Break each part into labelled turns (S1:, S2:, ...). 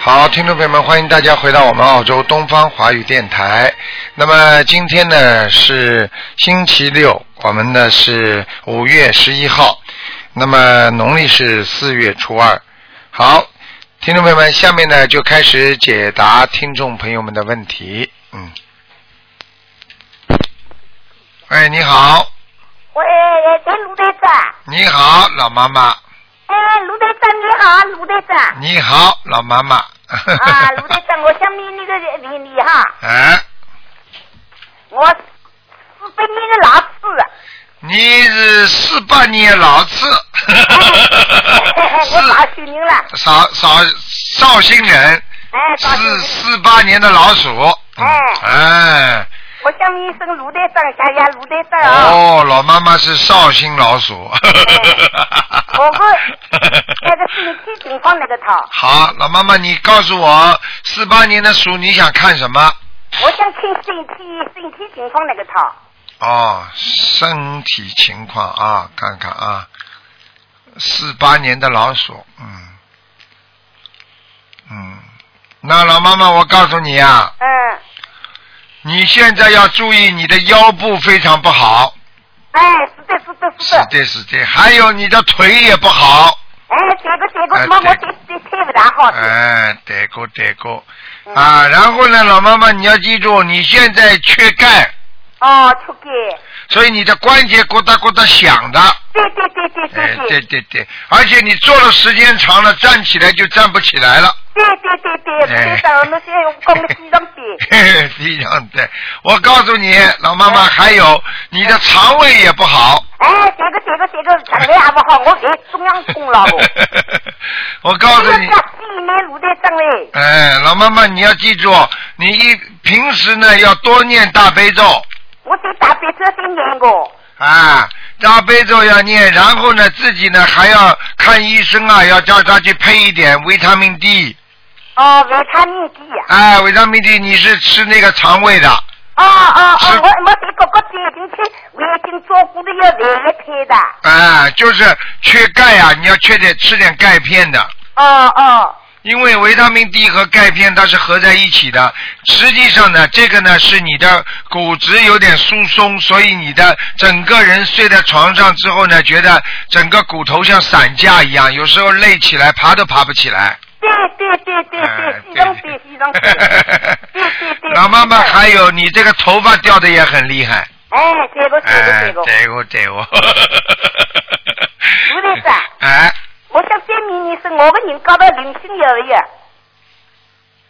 S1: 好，听众朋友们，欢迎大家回到我们澳洲东方华语电台。那么今天呢是星期六，我们呢是五月十一号，那么农历是四月初二。好，听众朋友们，下面呢就开始解答听众朋友们的问题。嗯，哎，你好，
S2: 喂，哎，卢队长，
S1: 你好，老妈妈，
S2: 哎，卢队长你好，卢队长，
S1: 你好，老妈妈。
S2: 啊，卢队长，我想问那个你你哈，
S1: 哎，
S2: 我是被那个老师，
S1: 你是四八年老子，
S2: 我打死您了，
S1: 是绍绍绍兴人，
S2: 哎，打死
S1: 四
S2: 您，
S1: 四八年的老鼠。嗯哎，
S2: 我想问一声卢队长，谢谢卢队长啊，
S1: 哦，老妈妈是绍兴老鼠。
S2: 我不，那个是你体情况那个头，
S1: 好，老妈妈，你告诉我，四八年的鼠你想看什么？
S2: 我想请身体身体情况那个头，
S1: 哦，身体情况啊，看看啊，四八年的老鼠，嗯，嗯，那老妈妈，我告诉你啊，
S2: 嗯，
S1: 你现在要注意你的腰部非常不好，
S2: 哎，是的，是的，
S1: 是
S2: 是的，
S1: 的，是的，还有你的腿也不好，
S2: 哎，这个这个什么我这这腿不大好，
S1: 哎，对过对过，
S2: 嗯
S1: 啊，然后呢，老妈妈你要记住，你现在缺钙，
S2: 哦，出给，
S1: 所以你的关节咕哒咕哒响的，
S2: 对对对对
S1: 哎
S2: 对对
S1: 对。对对，而且你坐的时间长了，站起来就站不起来了。
S2: 对对对对，
S1: 哎
S2: 队长，那些讲的非常对。
S1: 非常对，我告诉你，老妈妈，
S2: 哎
S1: 还有你的肠胃也不好。
S2: 哎，这个这个这个长得也不好，我给中央功劳哦。
S1: 我告
S2: 哎这
S1: 诉
S2: 个
S1: 你，
S2: 叫地面路队长嘞。
S1: 哎，老妈妈，你要记住，你一平时呢要多念大悲咒
S2: 我在大别车上念过。
S1: 啊，大悲咒要念，然后呢自己呢还要看医生啊，要叫他去配一点维他命 D。
S2: 哦，维他命 D 啊呀。
S1: 哎，维他命 D 你是吃那个肠胃的，
S2: 哦哦
S1: 是
S2: 哦，我我这个个最近去，我已经照顾的要胃片的。
S1: 哎，就是缺钙啊，你要缺点吃点钙片的。
S2: 哦哦
S1: 因为维他命 D 和钙片它是合在一起的，实际上呢，这个呢是你的骨质有点疏松，所以你的整个人睡在床上之后呢，觉得整个骨头像散架一样，有时候累起来爬都爬不起来。
S2: 对对对对对，
S1: 哎
S2: 非常对非 常对。对对对。
S1: 老妈妈
S2: 非常
S1: 还有你这个头发掉的也很厉害，
S2: 哎，这个这个
S1: 哎
S2: 这，个，
S1: 对我对我。
S2: 卢队长
S1: 哎，
S2: 我想再问你是我个人搞到灵性有没有？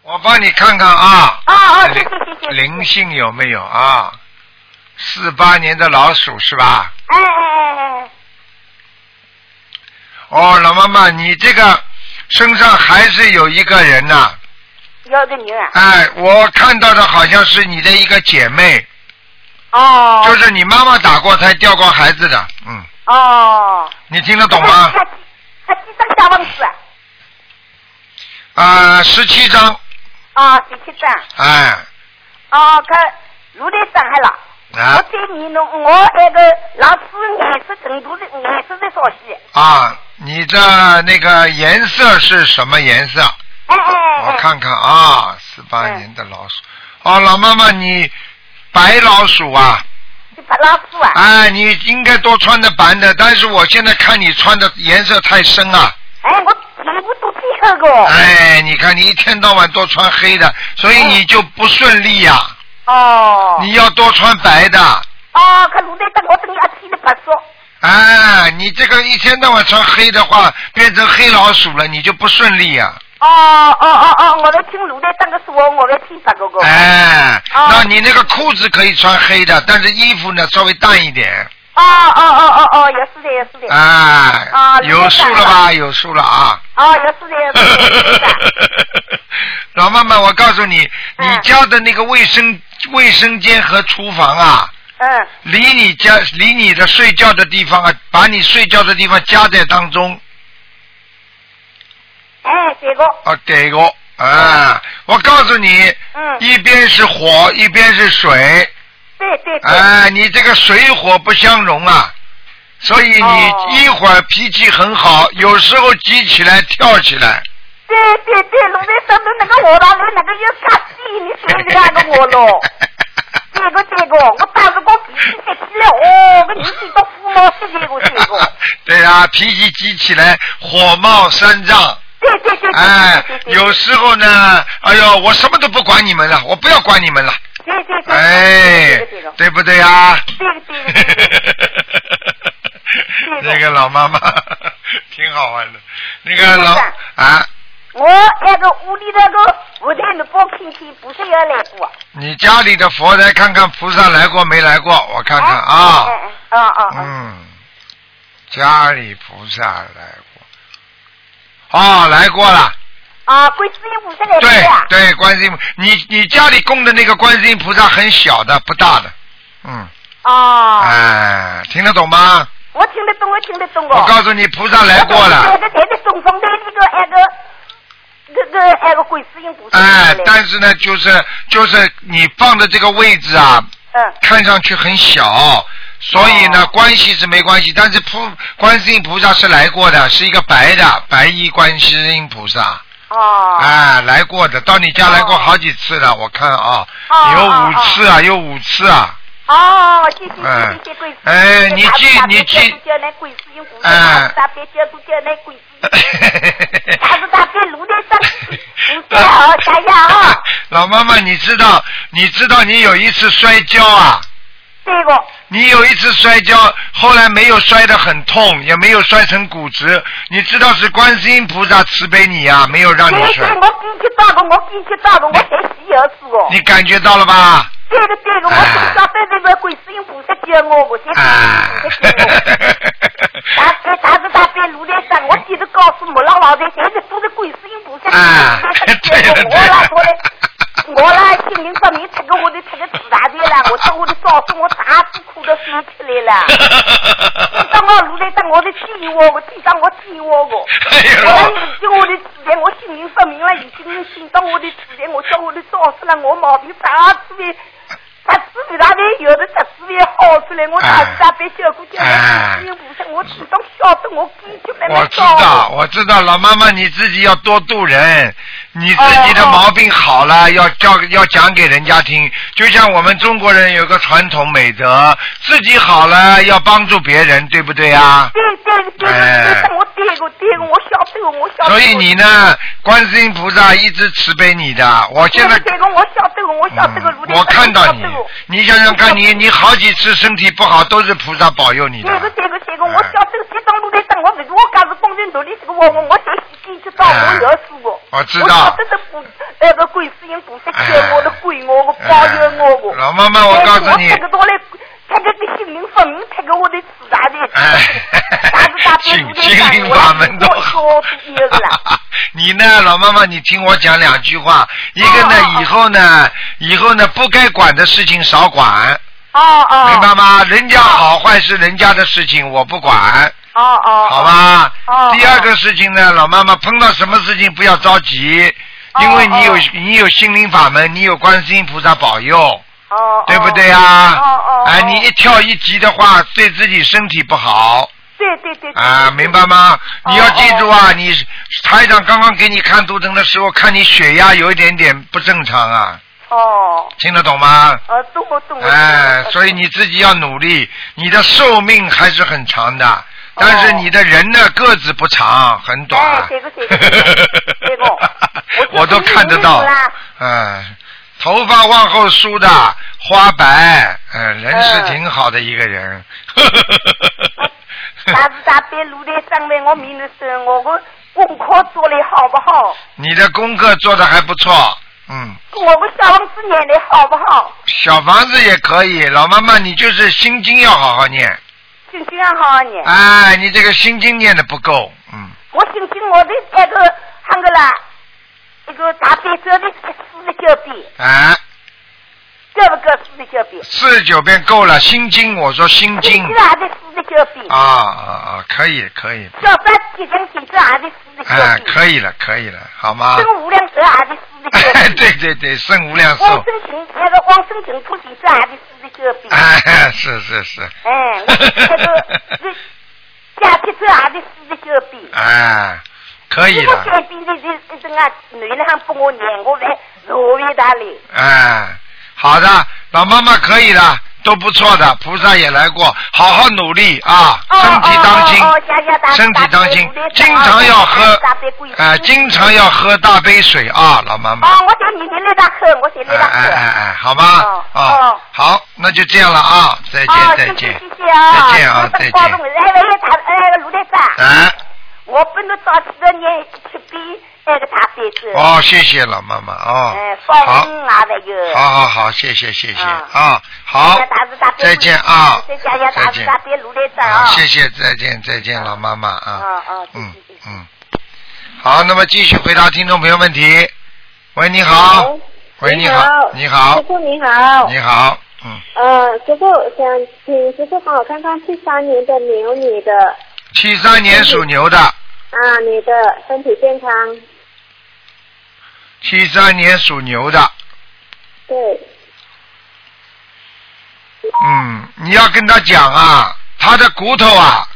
S1: 我帮你看看啊。
S2: 哦哦，谢
S1: 灵
S2: 谢谢谢。
S1: 灵性有没有啊？四八年的老鼠是吧？
S2: 哎哎哎哎，
S1: 哦，老妈妈，你这个身上还是有一个人呐、
S2: 要个牛啊！
S1: 哎，我看到的好像是你的一个姐妹，
S2: 哦，
S1: 就是你妈妈打过胎掉过孩子的，嗯，
S2: 哦，
S1: 你听得懂吗？
S2: 他几他几张小房子啊？
S1: 啊、十七张，
S2: 哦，十七张。
S1: 哎，
S2: 哦，看卢队长还了。
S1: 啊
S2: 我对你弄，我那个老师颜色程度的颜色的少些。
S1: 啊，你这那个颜色是什么颜色？
S2: 哎哎哎。哎
S1: 我。看看啊，四八
S2: 嗯
S1: 年的老鼠。哦，老妈妈，你白老鼠啊？
S2: 是白老鼠啊？
S1: 哎，你应该多穿的白的，但是我现在看你穿的颜色太深啊。
S2: 哎，我全部都配合过。
S1: 哎，你看你一天到晚都穿黑的，所以你就不顺利呀、
S2: 哎哦。
S1: 你要多穿白的。
S2: 哦，看卢队长，我等你一天都不说。
S1: 哎，你这个一天到晚穿黑的话，变成黑老鼠了，你就不顺利呀、
S2: 哦哦哦哦，我来听卢队长的说，我来听白哥哥。
S1: 哎，
S2: 哦
S1: 那你那个裤子可以穿黑的，但是衣服呢稍微淡一点。
S2: 哦哦哦哦哦，也是的，也 是的。
S1: 哎，
S2: 哦明白
S1: 有数了吧？有数了啊。
S2: 哦，也是的，也 是的，是的。
S1: 老妈妈，我告诉你，
S2: 嗯
S1: 你家的那个卫生卫生间和厨房啊，
S2: 嗯，
S1: 离你家离你的睡觉的地方啊，把你睡觉的地方夹在当中
S2: 哎，这个，
S1: 啊，给我啊！我告诉你，
S2: 嗯，
S1: 一边是火，一边是水，
S2: 对 对对，
S1: 哎，你这个水火不相容啊，所以
S2: 哦
S1: 你一会儿脾气很好，有时候急起来跳起来，
S2: 对对对，路边上头那个河塘里那个有卡鸡，你晓得那个河咯？这个这个，我当时我脾气急起来，哦，我脾气到火冒起这个这个。
S1: 对啊，脾气急起来，火冒三丈。
S2: 对对对对
S1: 哎
S2: 对对，对，
S1: 有时候呢，哎呦，我什么都不管你们了，我不要管你们了，
S2: 对对对，
S1: 哎
S2: 这个这个，
S1: 对不对啊？
S2: 对对对对，
S1: 那个老妈妈 挺好玩的，那个老
S2: 是不是
S1: 啊，
S2: 我那个屋里那个我台的包天天不是要来过，
S1: 你家里的佛台看看菩萨来过没来过？我看看啊，
S2: 哎哎啊啊啊，
S1: 嗯，家里菩萨来过，哦，来过了。
S2: 啊，观世音菩萨来过
S1: 对
S2: 呀，
S1: 对，观世音菩，你你家里供的那个观世音菩萨很小的，不大的，嗯，
S2: 啊，
S1: 哎，听得懂吗？
S2: 我听得懂，我听得懂
S1: 我
S2: 哦。
S1: 告诉你，菩萨来过
S2: 那
S1: 了，
S2: 个那个东方的那个那个那个那个观世音菩萨
S1: 哎
S2: 来，了，
S1: 但是呢，就是就是你放的这个位置啊，
S2: 嗯，
S1: 看上去很小，所以呢，
S2: 哦
S1: 关系是没关系，但是菩观世音菩萨是来过的，是一个白的白衣观世音菩萨，
S2: 哦，
S1: 哎，来过的，到你家来过
S2: 哦
S1: 好几次了，我看啊，
S2: 哦
S1: 有
S2: 哦
S1: 五次啊，有五次啊。
S2: 哦，谢谢
S1: 哎
S2: 谢谢观世音，
S1: 哎你记你记
S2: 叫那观世音菩萨，
S1: 哎
S2: 大慈大悲叫不叫那观 世音，大慈
S1: 哈
S2: 大悲如来上，菩萨好，大家 好，
S1: 老妈妈，你知道，你知道你有一次摔跤啊，
S2: 这个
S1: 你有一次摔跤，后来没有摔得很痛，也没有摔成骨折，你知道是观世音菩萨慈悲你呀、没有让
S2: 对
S1: 你
S2: 对，
S1: 摔，
S2: 我脾气大个，我脾气大个，我才喜儿子哦。
S1: 你感觉啊到了哎吧？
S2: 对哎个对个，我
S1: 哎
S2: 从小对这个观世音菩萨教我，我才
S1: 啊
S2: 观世音菩萨教我。大悲大慈大悲如来神，我记得告诉木老王的，现在都是观世音菩萨。
S1: 啊
S2: 观世音菩萨我啦，我嘞，我啦，心灵上面出个我的出个自大的啦，我到我的早上我啥子苦都受起来了。听到我如来神，我的气我我，听到我气我我。
S1: 哎
S2: 我来
S1: 呦，
S2: 研究我的自然，我心灵发明了，已经寻到我的自然，我叫我的早死了，我毛病啥子的，啥子比他的有的啥子的好出来，我
S1: 哎
S2: 啥子啥被小姑叫我心灵不生，我自动晓得我根就慢
S1: 我
S2: 慢
S1: 知道，。我知道，老妈妈你自己要多度人，你自己的
S2: 哦哦
S1: 毛病好了，要教要讲给人家听。就像我们中国人有个传统美德，自己好了要帮助别人，对不对啊？
S2: 对对对
S1: 哎
S2: 对，我对个对个，我晓得我晓得。
S1: 所以你呢，观世音菩萨一直慈悲你的。我现在，
S2: 对个我晓得我晓得
S1: 嗯
S2: 如来
S1: 我看到你
S2: 对，
S1: 你想想看你，你好几次身体不好都是菩萨保佑你的。
S2: 个对个对个，我晓得这当路来当我不是我讲是工人奴隶这个我我我才进去到我有事个。
S1: 我知
S2: 我
S1: 道
S2: 晓。得这不那个观世音菩萨
S1: 哎
S2: 救我的鬼我，我保佑我我。
S1: 老妈妈，我告诉你
S2: 哎我这，个到来，他这个心灵法门，他给我的自然的。
S1: 哎
S2: 大慈大，悲
S1: 请
S2: 如来
S1: 心灵法门都好
S2: 我说一个啦。
S1: 你呢，老妈妈，你听我讲两句话。一个呢
S2: 哦哦，哦
S1: 以后呢，以后呢，不该管的事情少管，
S2: 哦哦。
S1: 明白吗？人家好坏是人家的事情，我不管，
S2: 哦哦。
S1: 好。吧
S2: 哦？
S1: 第二个事情呢，老妈妈碰到什么事情不要着急，因为你有
S2: 哦
S1: 你有心灵法门，你有观世音菩萨保佑，
S2: 哦哦。
S1: 对不对啊
S2: 哦哦。哦
S1: 哎，你一跳一急的话，对自己身体不好。
S2: 对对对。对
S1: 啊，明白？吗？
S2: 哦
S1: 你要记住啊，你台长刚刚给你看图腾的时候，看你血压有一点点不正常啊，
S2: 哦。
S1: 听得懂吗？
S2: 呃，懂我懂我。
S1: 哎，
S2: 懂我
S1: 所以你自己要努力，你的寿命还是很长的，但是你的人呢个子不长，很短。
S2: 哎这个这个这个这个我
S1: 我都看得到
S2: 我是。
S1: 嗯，头发往后梳的，花白，嗯，人是挺好的一个人。
S2: 大慈大悲如来上面，我明日生，我个功课做的好不好？
S1: 你的功课做的还不错，嗯，
S2: 我个小王子念的好不好？
S1: 小房子也可以。老妈妈，你就是心经要好好念，
S2: 心情啊好好 念。
S1: 哎，你这个心经念的不够，嗯，
S2: 我心情我的那个喊个啦，那个大悲咒的四十九遍，
S1: 哎，
S2: 够不够四十九遍？
S1: 四十九遍够了。心经，我说心经
S2: 心经还是啊四十九遍
S1: 啊，啊啊，可以可以，
S2: 小三七天心经还是四十
S1: 哎，
S2: 九遍，
S1: 可以了可以了，好吗？
S2: 真无量寿还是四十九遍，
S1: 哎 对对对，圣无量
S2: 往
S1: 寿，
S2: 生净那个往生净土心经还是四十九遍。
S1: 哎，是 是是，
S2: 哎， 我这个这假期之还得四十九遍，
S1: 哎，可以
S2: 我
S1: 的，
S2: 改变这这这个男的还不我念，我还社会大理。
S1: 哎，好的，老妈妈可以的，都不错的，菩萨也来过，好好努力啊，
S2: 哦
S1: 身体当心，
S2: 哦哦哦谢谢大
S1: 身体当心
S2: 大悲，
S1: 经常
S2: 哦
S1: 要喝
S2: 大悲观，世音
S1: 哎、经常要喝大杯水啊，老妈妈。
S2: 哦，我在明天来他喝，我在
S1: 哎
S2: 来他
S1: 哎
S2: 喝。
S1: 哎哎，好吧，
S2: 啊哦
S1: 啊、
S2: 哦
S1: 好，那就这样了啊，再见、
S2: 哦，
S1: 再
S2: 谢谢
S1: 见，
S2: 谢谢啊！
S1: 再见啊，
S2: 我
S1: 再
S2: 是高中
S1: 见，
S2: 的，哎，我也查，哎，卢队长，
S1: 哎，
S2: 我本来早起的念去比那个茶杯子，
S1: 哦，谢谢老妈妈哦
S2: 哎，，
S1: 好
S2: 放，心啊，那个。
S1: 好好好，谢谢谢谢
S2: 啊
S1: 啊，好
S2: 大慈大，悲
S1: 再见啊
S2: 再见呀，，
S1: 再
S2: 大慈
S1: 见
S2: 大，悲卢队长
S1: 好
S2: 啊！
S1: 谢谢，再见再见，老妈妈啊，
S2: 啊啊，谢
S1: 嗯
S2: 谢谢谢。
S1: 嗯，好，那么继续回答听众朋友问题。喂，你好，喂，你好，你
S3: 师
S1: 好，
S3: 傅你好，
S1: 你好，嗯，
S3: 呃，师傅想请师傅帮我看看七三年的牛你的
S1: 七三年属牛的，
S3: 啊，你的身体健康，
S1: 七三年属牛的，
S3: 对，
S1: 嗯，你要跟他讲啊，他的骨头啊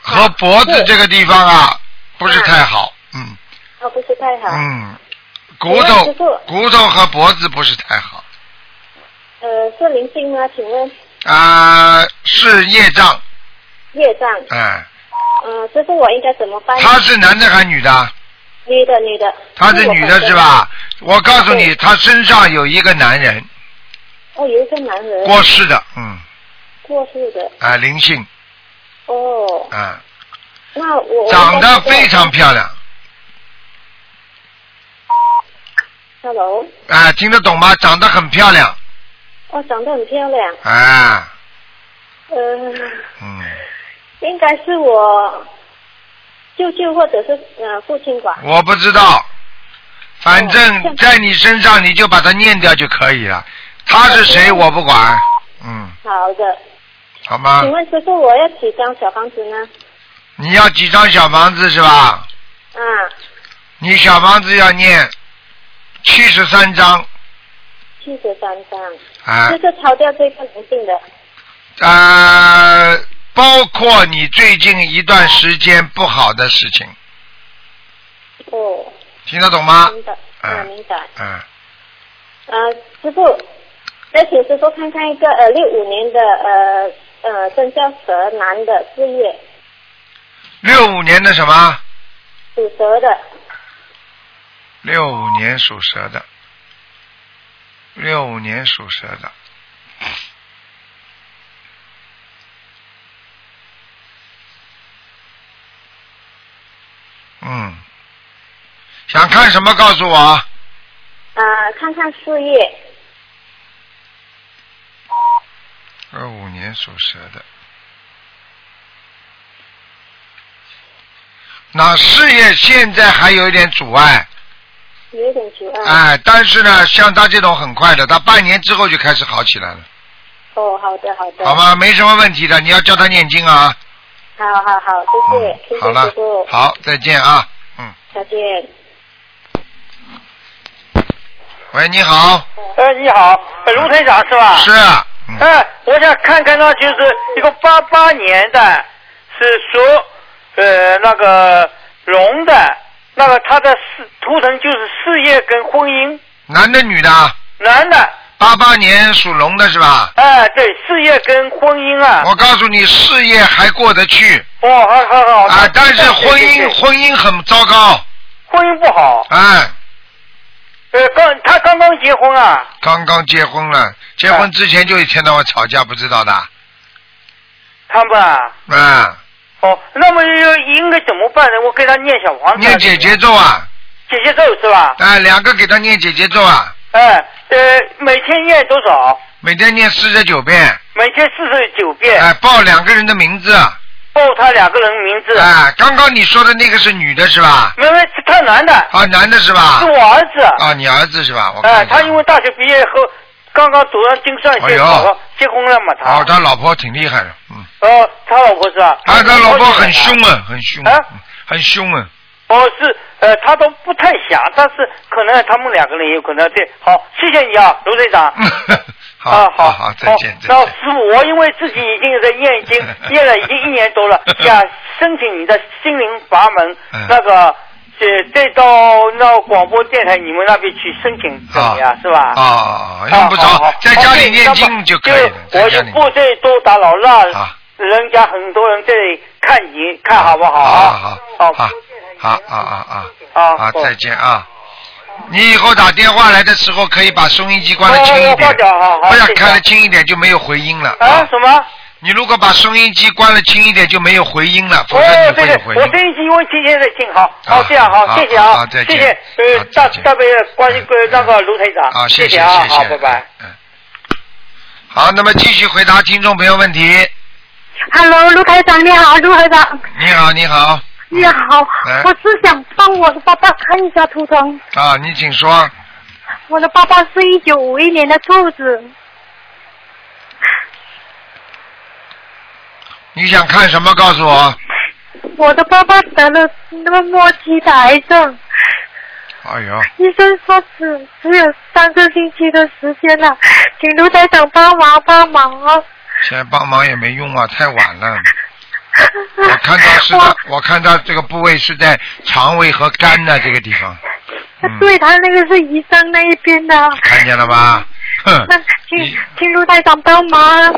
S1: 和脖子这个地方啊不是太好，嗯
S3: 哦，不是太好，
S1: 嗯，骨
S3: 请问
S1: 头
S3: 师傅
S1: 骨头和脖子不是太好
S3: 呃，是灵性吗？请问
S1: 啊，是业障，
S3: 业障，
S1: 哎，
S3: 嗯、师傅我应该怎么办？
S1: 他是男的还是女的？
S3: 女的女的，
S1: 他是女的是？吧？我告诉你，
S3: 对
S1: 他身上有一个男人
S3: 哦，有一个男人
S1: 过世的，嗯，
S3: 过世的，
S1: 啊，灵性，
S3: 哦，
S1: 啊，
S3: 那我我
S1: 长得
S3: 应该
S1: 非常漂亮，
S3: ，hello，
S1: 啊，听得懂吗？长得很漂亮，
S3: 哦，长得很漂亮，
S1: 啊，
S3: 呃，
S1: 嗯。
S3: 应该是我舅舅或者是呃父亲吧。
S1: 我不知道，反正
S3: 哦
S1: 在你身上你就把它念掉就可以了。他是谁
S3: 哦
S1: 我不管，嗯，啊
S3: 好的，
S1: 好吗
S3: 请？问师傅，我要几张小房子呢？
S1: 你要几张小房子是吧？
S3: 啊，
S1: 你小房子要念七十三张
S3: 七十三张，
S1: 啊
S3: 就，是抄掉这个灵性的。
S1: 呃，包括你最近一段时间不好的事情，
S3: 哦，
S1: 听得懂吗？
S3: 明白，
S1: 啊
S3: 啊，明白。
S1: 嗯，
S3: 呃，师傅，再请师傅看看一个呃六五年的呃呃生肖蛇男的事业，
S1: 六五年的什么？
S3: 属蛇的，
S1: 六五年属蛇的，六五年属蛇的。嗯，想看什么告诉我啊。
S3: 啊，看看事业，
S1: 二五年属蛇的，那事业现在还有一点阻碍，
S3: 有一点阻啊碍。
S1: 哎，但是呢，像他这种很快的，他半年之后就开始好起来了。
S3: 哦，好的，好的。
S1: 好？吗？没什么问题的，你要教他念经啊。
S3: 好好好，谢谢，谢
S1: 嗯好
S3: 谢
S1: 了
S3: 师傅，，
S1: 好，再见啊。嗯，
S3: 再见。
S1: 喂，你好，
S4: 哎，你好，呃卢台长是吧？
S1: 是。啊，嗯，
S4: 哎，我想看看呢，就是一个八八年的，是属呃那个龙的，那个他的事图腾就是事业跟婚姻，
S1: 男的女的啊？
S4: 男的，
S1: 八八年属龙的是吧？
S3: 嗯
S4: 哎，对，事业跟婚姻啊，
S1: 我告诉你，事业还过得去
S4: 哦，好好好，
S1: 啊，但是婚
S4: 对对
S1: 姻
S4: 对
S1: 婚姻很糟糕，
S4: 婚姻不好，
S1: 哎，
S4: 呃，刚他刚刚结婚啊，
S1: 刚刚结婚了，结婚之前就一天到晚吵架，不知道的，
S4: 他们啊，
S1: 啊，
S4: 哦，那么又应该怎么办呢？我给他念小黄子，
S1: 念姐姐咒啊，
S4: 姐姐咒是吧？
S1: 哎，两个给他念姐姐咒啊，
S4: 哎，呃，每天念多少？
S1: 每天念四十九遍，
S4: 每天四十九遍，
S1: 哎，报两个人的名字。
S4: 报他两个人名字。
S1: 啊，刚刚你说的那个是女的是吧？
S4: 没有，没有是他男的，
S1: 啊，男的是吧
S4: 是？我儿子。
S1: 啊，你儿子是吧？我看
S4: 哎，
S1: 一下
S4: 他因为大学毕业后，刚刚读上精算
S1: 哎
S4: 学，
S1: 呦
S4: 考上结婚了嘛，他。
S1: 哦，他老婆挺厉害的，嗯，
S4: 哦，他老婆是吧？
S1: 啊，他老婆很凶。啊，很凶，
S4: 啊
S1: 嗯很凶啊，
S4: 哦，是，呃，他都 不太想，但是可能他们两个人也有可能对。好，谢谢你啊，卢队长。
S1: 好
S4: 啊，
S1: 好
S4: 好，
S1: 再见 再
S4: 那
S1: 见。
S4: 师傅，我因为自己已经在 念经，念了已经一年多了，想申请你的心灵法门，
S1: 嗯
S4: 那个，呃，再到那广播电台你们那边去申请怎么样？是吧？
S1: 啊啊，用不
S4: 啊好
S1: 着
S4: 好，
S1: 在家里
S4: OK，
S1: 念
S4: 那
S1: 经
S4: 么
S1: 就可以了，
S4: 就
S1: 在
S4: 我
S1: 家
S4: 就
S1: 里念。
S4: 不再多打扰，让
S1: 好
S4: 人家很多人在看你，看好不好
S1: 好
S4: 啊
S1: 好？
S4: 好
S1: 好好啊啊
S4: 啊
S1: 啊！啊，再见啊！你以后打电话来的时候，可以把收音机关的轻一
S4: 哦我挂
S1: 点，
S4: 掉好好
S1: 不要
S4: 谢谢
S1: 开的轻一点就没有回音了。
S4: 啊，什么？
S1: 你如果把收音机关了轻一点，就没有回音了，否则
S4: 哦，
S1: 你
S4: 对
S1: 会有
S4: 对，
S1: 回
S4: 我
S1: 音。
S4: 这一集因为今天在听，好，好
S1: 啊
S4: 这样好，
S1: 好
S4: 谢谢
S1: 好
S4: 啊
S1: 好再，
S4: 谢
S1: 见
S4: 谢
S1: 好
S4: 呃
S1: 再
S4: 大
S1: 见嗯
S4: 大悲关心呃那个卢台长，
S1: 啊，
S4: 谢
S1: 谢
S4: 啊，
S1: 谢
S4: 好，拜拜。。
S1: 嗯，好，那么继续回答听众朋友问题。
S5: Hello，卢台长你好，卢台长
S1: 你好，你好，
S5: 你好
S1: 哎，
S5: 我是想帮我的爸爸看一下图腾。
S1: 啊，你请说。
S5: 我的爸爸是一九五一年的兔子，
S1: 你想看什么？告诉我。
S5: 我的爸爸得了那个末期的癌症，
S1: 哎呦，
S5: 医生说只只有三个星期的时间了，请卢台长帮忙帮忙哦。
S1: 现在帮忙也没用啊，太晚了。我看到是在，我看到这个部位是在肠胃和肝的这个地方，嗯
S5: 对他那个是医生那一边的，
S1: 看见了吧？哼，
S5: 那请
S1: 你
S5: 请卢台长帮忙。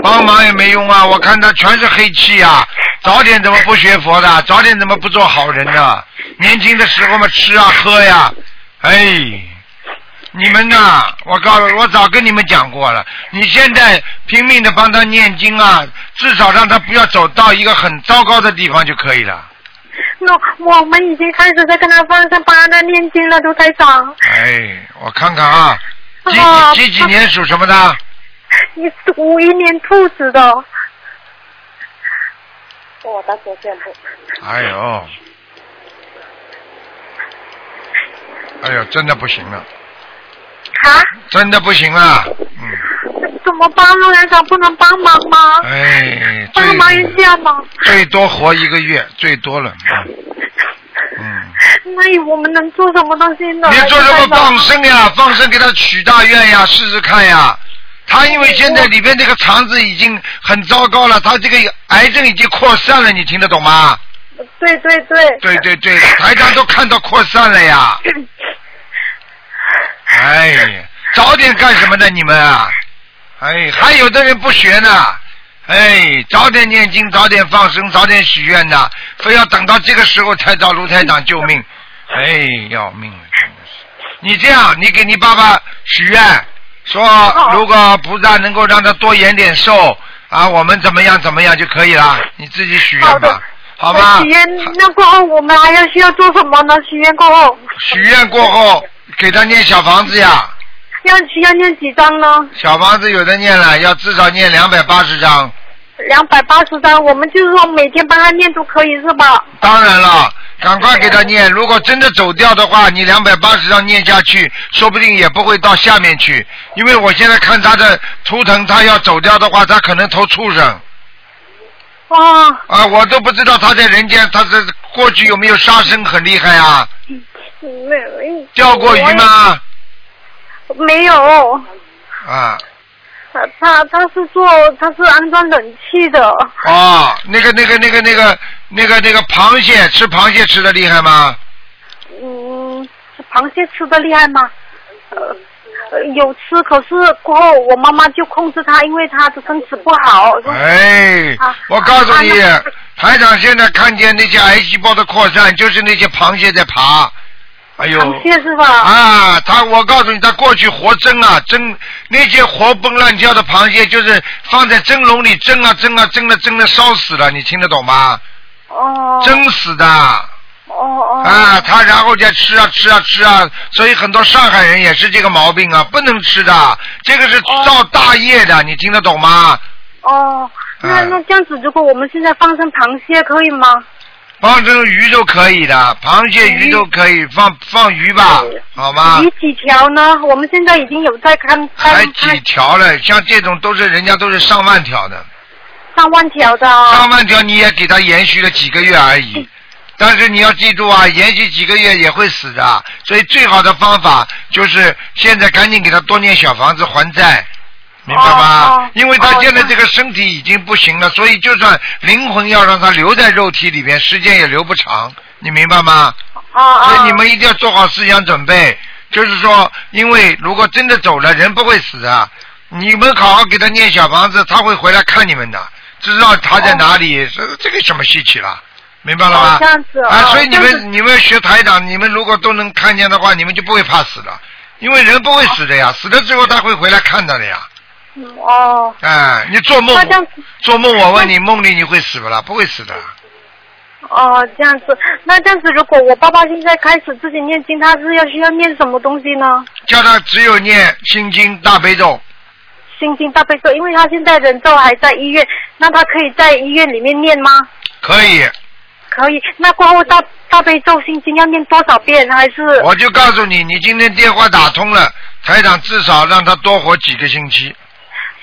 S1: 帮忙也没用啊！我看他全是黑气啊！早点怎么不学佛的？早点怎么不做好人呢？年轻的时候嘛，吃啊喝呀、哎，你们呐、我告诉我早跟你们讲过了，你现在拼命的帮他念经啊，至少让他不要走到一个很糟糕的地方就可以了。
S5: 那我们已经开始在跟他放生帮他念经了，卢台长。
S1: 哎，我看看啊，几
S5: 啊
S1: 几几几年属什么的？
S5: 你是五一年兔子的，
S3: 我到时候见不。
S1: 哎呦，哎呦，真的不行了，
S5: 啊？
S1: 真的不行了，嗯，
S5: 怎么帮卢台长不能帮忙吗？
S1: 哎，
S5: 帮忙一
S1: 最
S5: 下嘛。
S1: 最多活一个月，最多了，嗯，
S5: 那我们能做什么东西呢？
S1: 嗯你做什么
S5: 卢台长
S1: 放生呀？放生给他许大愿呀，试试看呀。他因为现在里边这个肠子已经很糟糕了，他这个癌症已经扩散了，你听得懂吗？
S5: 对对对。
S1: 对对对，台长都看到扩散了 呀。哎呀，早点干什么呢你们啊？哎，还有的人不学呢。哎，早点念经，早点放生，早点许愿呐，非要等到这个时候才找卢台长救命。哎，要命了，真的是。你这样，你给你爸爸许愿，说如果菩萨能够让他多延点寿啊，我们怎么样怎么样就可以了。你自己许愿
S5: 好
S1: 吧
S5: 的，
S1: 好吧？
S5: 许愿那过后，我们还要需要做什么呢？许愿过后
S1: 许愿过后，给他念小房子呀，
S5: 要需要念几张呢？
S1: 小房子有的念了，要至少念两百八十张。
S5: 两百八十张，我们就是说每天帮他念都可以是吧？
S1: 当然了，赶快给他念。如果真的走掉的话，你两百八十张念下去，说不定也不会到下面去。因为我现在看他的图腾，他要走掉的话，他可能投畜生
S5: 哇、
S1: 啊！我都不知道他在人间，他这过去有没有杀生很厉害啊？
S5: 没有
S1: 钓过鱼？吗？
S5: 没有。
S1: 啊，
S5: 他他他是做他是安装冷气的，
S1: 哦，那个那个那个那个那个那个螃蟹，吃螃蟹吃的厉害吗？
S5: 嗯，螃蟹吃的厉害吗？呃，呃有吃，可是过后我妈妈就控制他，因为他的身体不好。
S1: 哎
S5: 啊，
S1: 我告诉你
S5: 啊，
S1: 台长现在看见那些癌细胞的扩散，就是那些螃蟹在爬。哎呦，
S5: 螃蟹是吧？
S1: 啊，他我告诉你，他过去活蒸啊蒸，那些活蹦乱跳的螃蟹，就是放在蒸笼里蒸啊蒸啊蒸啊蒸的烧死了，你听得懂吗？
S5: 哦。
S1: 蒸死的
S5: 哦哦。
S1: 啊，他然后再吃啊吃啊吃啊，所以很多上海人也是这个毛病啊，不能吃的，这个是造大业的，你听得懂吗？
S5: 哦，那
S1: 哎
S5: 那这样子，如果我们现在放生螃蟹可以吗？
S1: 放生鱼都可以的，螃蟹、鱼都可以，放放鱼吧，好吗
S5: 嗯鱼？几条呢？我们现在已经有在看，
S1: 还
S5: 看
S1: 几条了，像这种都是人家都是上万条的，
S5: 上万条的哦。
S1: 上万条你也给它延续了几个月而已。但是你要记住啊，延续几个月也会死的，所以最好的方法就是现在赶紧给他多念小房子还债，明白吗？
S5: 哦哦
S1: 因为他
S5: 哦
S1: 现在
S5: 那
S1: 这个身体已经不行了，所以就算灵魂要让他留在肉体里边，时间也留不长，你明白吗？
S5: 啊啊！
S1: 所以你们一定要做好思想准备，就是说，因为如果真的走了，人不会死啊。你们好好给他念小房子，他会回来看你们的，知道他在哪里，这这个什么稀奇了？明白了吗？
S5: 哦这样子
S1: 啊，
S5: 哦
S1: 所以你
S5: 这样子
S1: 们你们学台长，你们如果都能看见的话，你们就不会怕死了，因为人不会死的呀，死了之后他会回来看的了呀。
S5: 嗯哦，
S1: 哎，你做梦
S5: 那这样子，
S1: 做梦，我问你，梦里你会死不啦？不会死的。
S5: 哦，这样子，那这样子，如果我爸爸现在开始自己念经，他是要需要念什么东西呢？
S1: 叫他只有念心经大悲咒，
S5: 心经大悲咒，因为他现在人都还在医院，那他可以在医院里面念吗？
S1: 可以。
S5: 可以。那过后
S1: 嗯
S5: 大大悲咒心经要念多少遍？还是
S1: 我就告诉你，你今天电话打通了，台长至少让他多活几个星期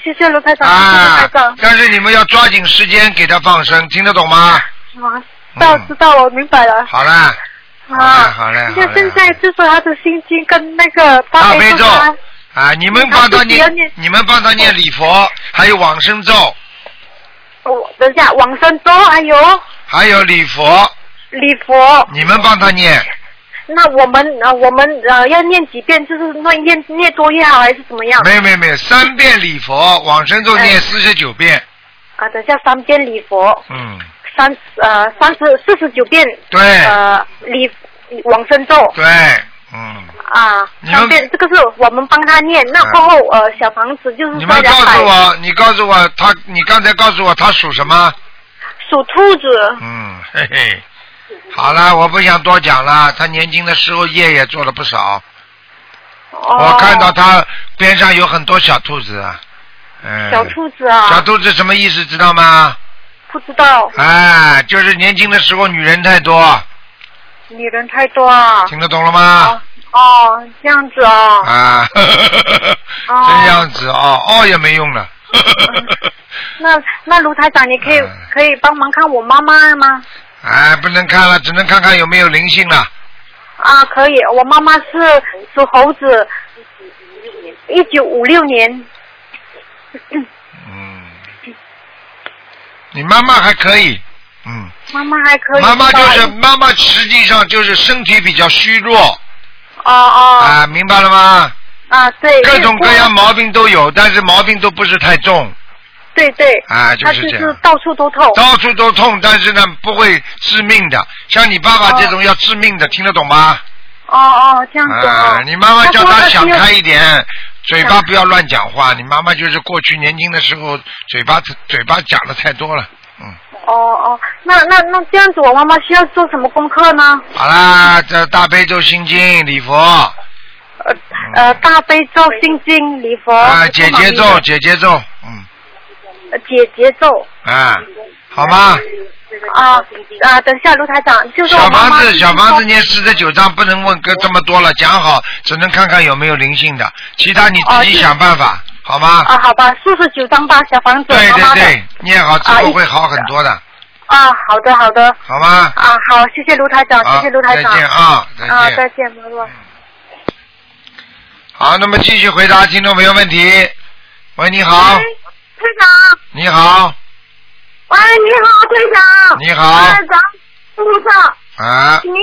S5: 谢谢卢台长，谢谢
S1: 啊
S5: 台长。。
S1: 但是你们要抓紧时间给他放生，听得懂吗？
S5: 啊，知道
S1: 嗯
S5: 知道，我明白了。
S1: 好啦，好嘞
S5: 啊，
S1: 好嘞
S5: 就
S1: 好嘞
S5: 现在就说他的心经跟那个
S1: 大
S5: 悲
S1: 悲咒
S5: 啊
S1: 啊，你们帮他
S5: 他自己要
S1: 念
S5: 念，
S1: 你们帮他念礼佛，还有往生咒，
S5: 我嗯等一下，往生咒还有
S1: 还有礼佛，
S5: 礼佛。
S1: 你们帮他念。
S5: 那我们呃，我们呃要念几遍？就是那念念多越好，还是怎么样？
S1: 没有没有没有，三遍礼佛，往生咒念
S5: 哎
S1: 四十九遍。
S5: 啊，等一下三遍礼佛，
S1: 嗯，
S5: 三呃三十四十九遍
S1: 对
S5: 呃礼往生咒
S1: 对，嗯，
S5: 啊，
S1: 你们哎
S5: 三遍这个是我们帮他念。那过后呃小房子就是
S1: 你
S5: 说
S1: 们告
S5: 两
S1: 诉
S5: 百，
S1: 我，你告诉我他，你刚才告诉我他属什么？
S5: 属兔子。
S1: 嗯，嘿嘿，好了，我不想多讲了。他年轻的时候业也做了不少，
S5: 哦，
S1: 我看到他边上有很多小兔子啊，嗯，
S5: 小兔子啊，哦
S1: 小兔子什么意思知道吗？
S5: 不知道
S1: 哎，就是年轻的时候女人太多，
S5: 啊女人太多啊。
S1: 听得懂了吗？
S5: 哦，这样子哦。
S1: 啊，呵呵呵
S5: 哦
S1: 这样子哦，哦也没用了。呵呵呵呵
S5: 那那卢台长，你可以、
S1: 嗯
S5: 可以帮忙看我妈妈吗？
S1: 哎，不能看了，只能看看有没有灵性了。
S5: 啊，可以，我妈妈是属猴子，一九五六年。
S1: 嗯，你妈妈还可以，嗯。
S5: 妈妈还可以。
S1: 妈妈就是
S5: 吧
S1: 妈妈，实际上就是身体比较虚弱
S5: 哦哦
S1: 啊、明白了吗？
S5: 啊对。
S1: 各种各样
S5: 因为
S1: 毛病都有，但是毛病都不是太重，
S5: 对对。
S1: 啊就是这
S5: 她
S1: 样
S5: 就是到处都痛。
S1: 到处都痛，但是呢不会致命的。像你爸爸这种要致命的，听得懂吗？
S5: 哦哦，这样子
S1: 啊、
S5: 哦。
S1: 你妈妈叫
S5: 她
S1: 他
S5: 说
S1: 想
S5: 她
S1: 开
S5: 是
S1: 一点，嘴巴不要乱讲话。你妈妈就是过去年轻的时候，嘴巴嘴巴讲的太多了。嗯，
S5: 哦哦，那那那这样子，我妈妈需要做什么功课呢？
S1: 好啦，
S5: 嗯
S1: 这大悲咒心经礼佛啊、
S5: 呃
S1: 嗯
S5: 呃，大悲咒、心经、礼佛。
S1: 姐姐啊咒，姐姐咒，嗯
S5: 呃。姐姐咒。
S1: 啊，好吗？
S5: 啊啊！等一下，卢台长，就是我
S1: 小
S5: 妈
S1: 房
S5: 妈
S1: 子，
S5: 是
S1: 小房
S5: 说
S1: 子念四十九章，不能问哥这么多了，讲好，只能看看有没有灵性的，其他你自
S5: 哦
S1: 己
S5: 是
S1: 想办法，好吗？
S5: 啊，好吧，四十九张吧，小房子，
S1: 对
S5: 妈
S1: 对
S5: 妈的
S1: 对，念好之
S5: 啊
S1: 后
S5: 一
S1: 会好很多的，
S5: 啊，好的好的
S1: 好吗？
S5: 啊，好，谢谢卢台长，
S1: 好，
S5: 谢谢卢台
S1: 再
S5: 长，
S1: 见啊，
S5: 啊，
S1: 再
S5: 再
S1: 见。嗯
S5: 见，拜拜。
S1: 好，那么继续回答听众朋友问题。喂，你好，
S2: 队长，
S1: 你好，
S2: 喂，你好，队长。
S1: 你好
S2: 队长，路上，
S1: 啊，
S2: 请您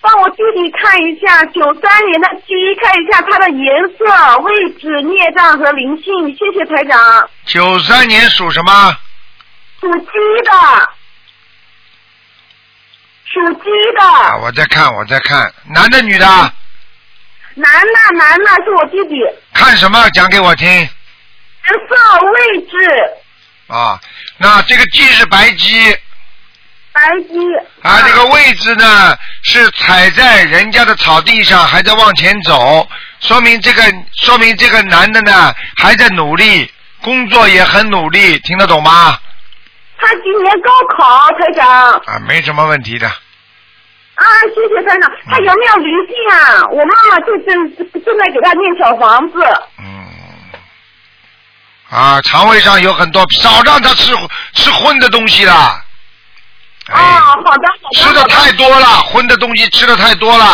S2: 帮我弟弟看一下九三年的鸡，看一下它的颜色、位置、孽障和灵性。谢谢台长。
S1: 九三年属什么？
S2: 属鸡的，属鸡
S1: 啊，
S2: 的，
S1: 我在看，我在看，男的女的？
S2: 男的，男的是我弟弟，
S1: 看什么？讲给我听
S2: 颜色、位置，
S1: 啊。那这个鸡是白鸡，
S2: 白鸡。
S1: 啊，这个位置呢是踩在人家的草地上，还在往前走，说明这个说明这个男的呢还在努力，工作也很努力，听得懂吗？
S2: 他今年高考，台长。
S1: 啊，没什么问题的，
S2: 啊，谢谢台长。他有没有灵性啊？我妈妈就正正在给他念小房子。
S1: 嗯，啊，肠胃上有很多，少让他吃吃荤的东西啦，
S6: 哦
S1: 哎，
S2: 啊，好的，好的。
S1: 吃的太多了，荤的东西吃的太多了，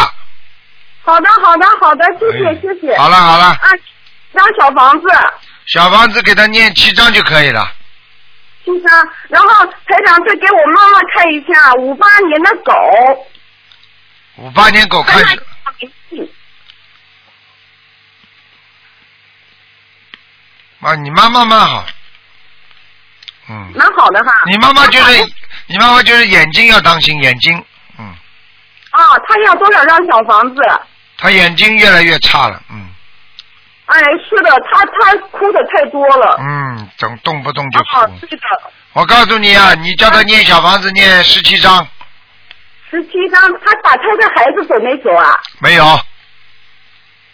S2: 好的，好的，好的，谢
S1: 哎
S2: 谢，谢谢。
S1: 好了好了，
S2: 啊，张小房子。
S1: 小房子给他念七章就可以了。
S6: 先生，然后台长再给我妈妈看一下五八年的狗，
S1: 五八年狗看，
S6: 哎嗯
S1: 啊，你妈妈蛮好，
S6: 啊
S1: 嗯，
S6: 蛮好的哈。
S1: 你妈妈就是你妈妈就是眼睛要当心，眼睛，嗯，
S6: 啊，他要多少张小房子？
S1: 她眼睛越来越差了，嗯
S6: 哎，是的，他他哭的太多了。
S1: 嗯，总动不动就
S6: 啊
S1: 哭，。
S6: 是的，
S1: 我告诉你啊，你叫她念小房子念十七章，
S6: 十七张，他打胎的孩子走没走啊？
S1: 没有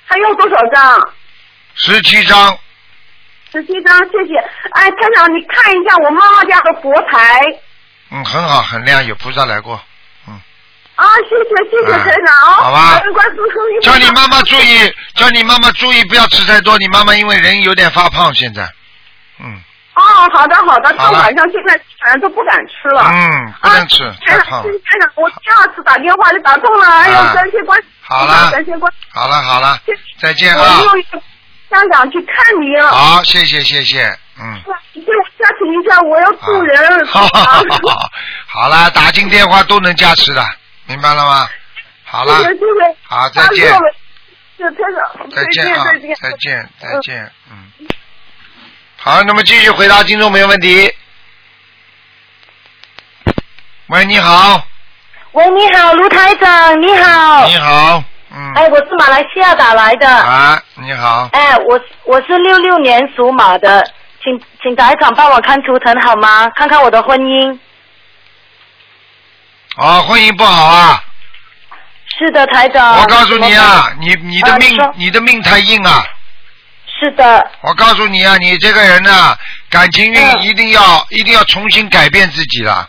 S6: 还要多少张？
S1: 十七章，
S6: 十七张，谢谢。哎，台长，你看一下我妈妈家的佛台
S1: 嗯，很好，很亮，有菩萨来过。
S6: 啊，谢谢谢谢
S1: 嗯
S6: 台长。
S1: 好吧
S6: 关注声音。
S1: 叫你妈妈注意，叫你妈妈注意，不要吃太多。你妈妈因为人有点发胖，现在，嗯
S6: 哦，好的好的，
S1: 好
S6: 到
S1: 了
S6: 晚上现在反正都不敢吃了。
S1: 嗯，不能吃，太
S6: 台
S1: 胖
S6: 长，
S1: 了。
S6: 台长，我第二次打电话就打通了，哎
S1: 啊
S6: 呦，感谢关，
S1: 好了
S6: 感谢关，
S1: 好了好了，再见啊
S6: 我！又去香港去看你了。
S1: 好，谢谢谢谢， 嗯，
S6: 你给我家庭一下，我要助人。
S1: 好好
S6: 啊
S1: 好好，好了，打进电话都能加持的，明白了吗？好了
S6: 谢， 谢谢谢，
S1: 好，再见，
S6: 大热了是台长，
S1: 再见啊
S6: 再见，
S1: 再见再见，嗯。好，那么继续回答听众朋友问题。喂，你好，
S7: 喂，你好，卢台长，你好。
S1: 你好，嗯，
S7: 哎，我是马来西亚打来的。
S1: 啊，你好，
S7: 哎，我我是六六年属马的，请请台长帮我看图腾好吗？看看我的婚姻。
S1: 哦，婚姻不好啊！
S7: 是的，台长。
S1: 我告诉你啊，你你的
S7: 啊
S1: 命
S7: 你说
S1: 你的命太硬啊！
S7: 是的，
S1: 我告诉你啊，你这个人呐、感情运
S7: 嗯
S1: 一定要、一定要重新改变自己了。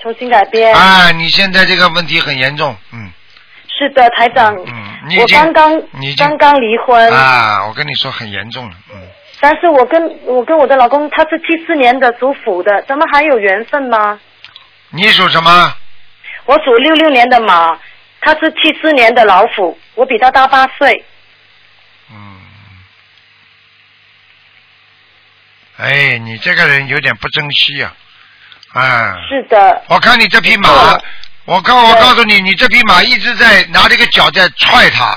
S7: 重新改编。
S1: 啊，你现在这个问题很严重，嗯
S7: 是的，台长。
S1: 嗯，你已
S7: 我
S1: 经
S7: 刚刚
S1: 你已经
S7: 刚刚离婚，
S1: 啊，我跟你说很严重了，嗯，
S7: 但是我跟我跟我的老公他是七四年的属虎的，咱们还有缘分吗？
S1: 你属什么？
S7: 我属六六年的马，他是七四年的老虎，我比他大八岁。
S1: 嗯，哎，你这个人有点不珍惜啊，啊，
S7: 是的，
S1: 我看你这匹马，我告我告诉你，你这匹马一直在拿这个脚在踹它，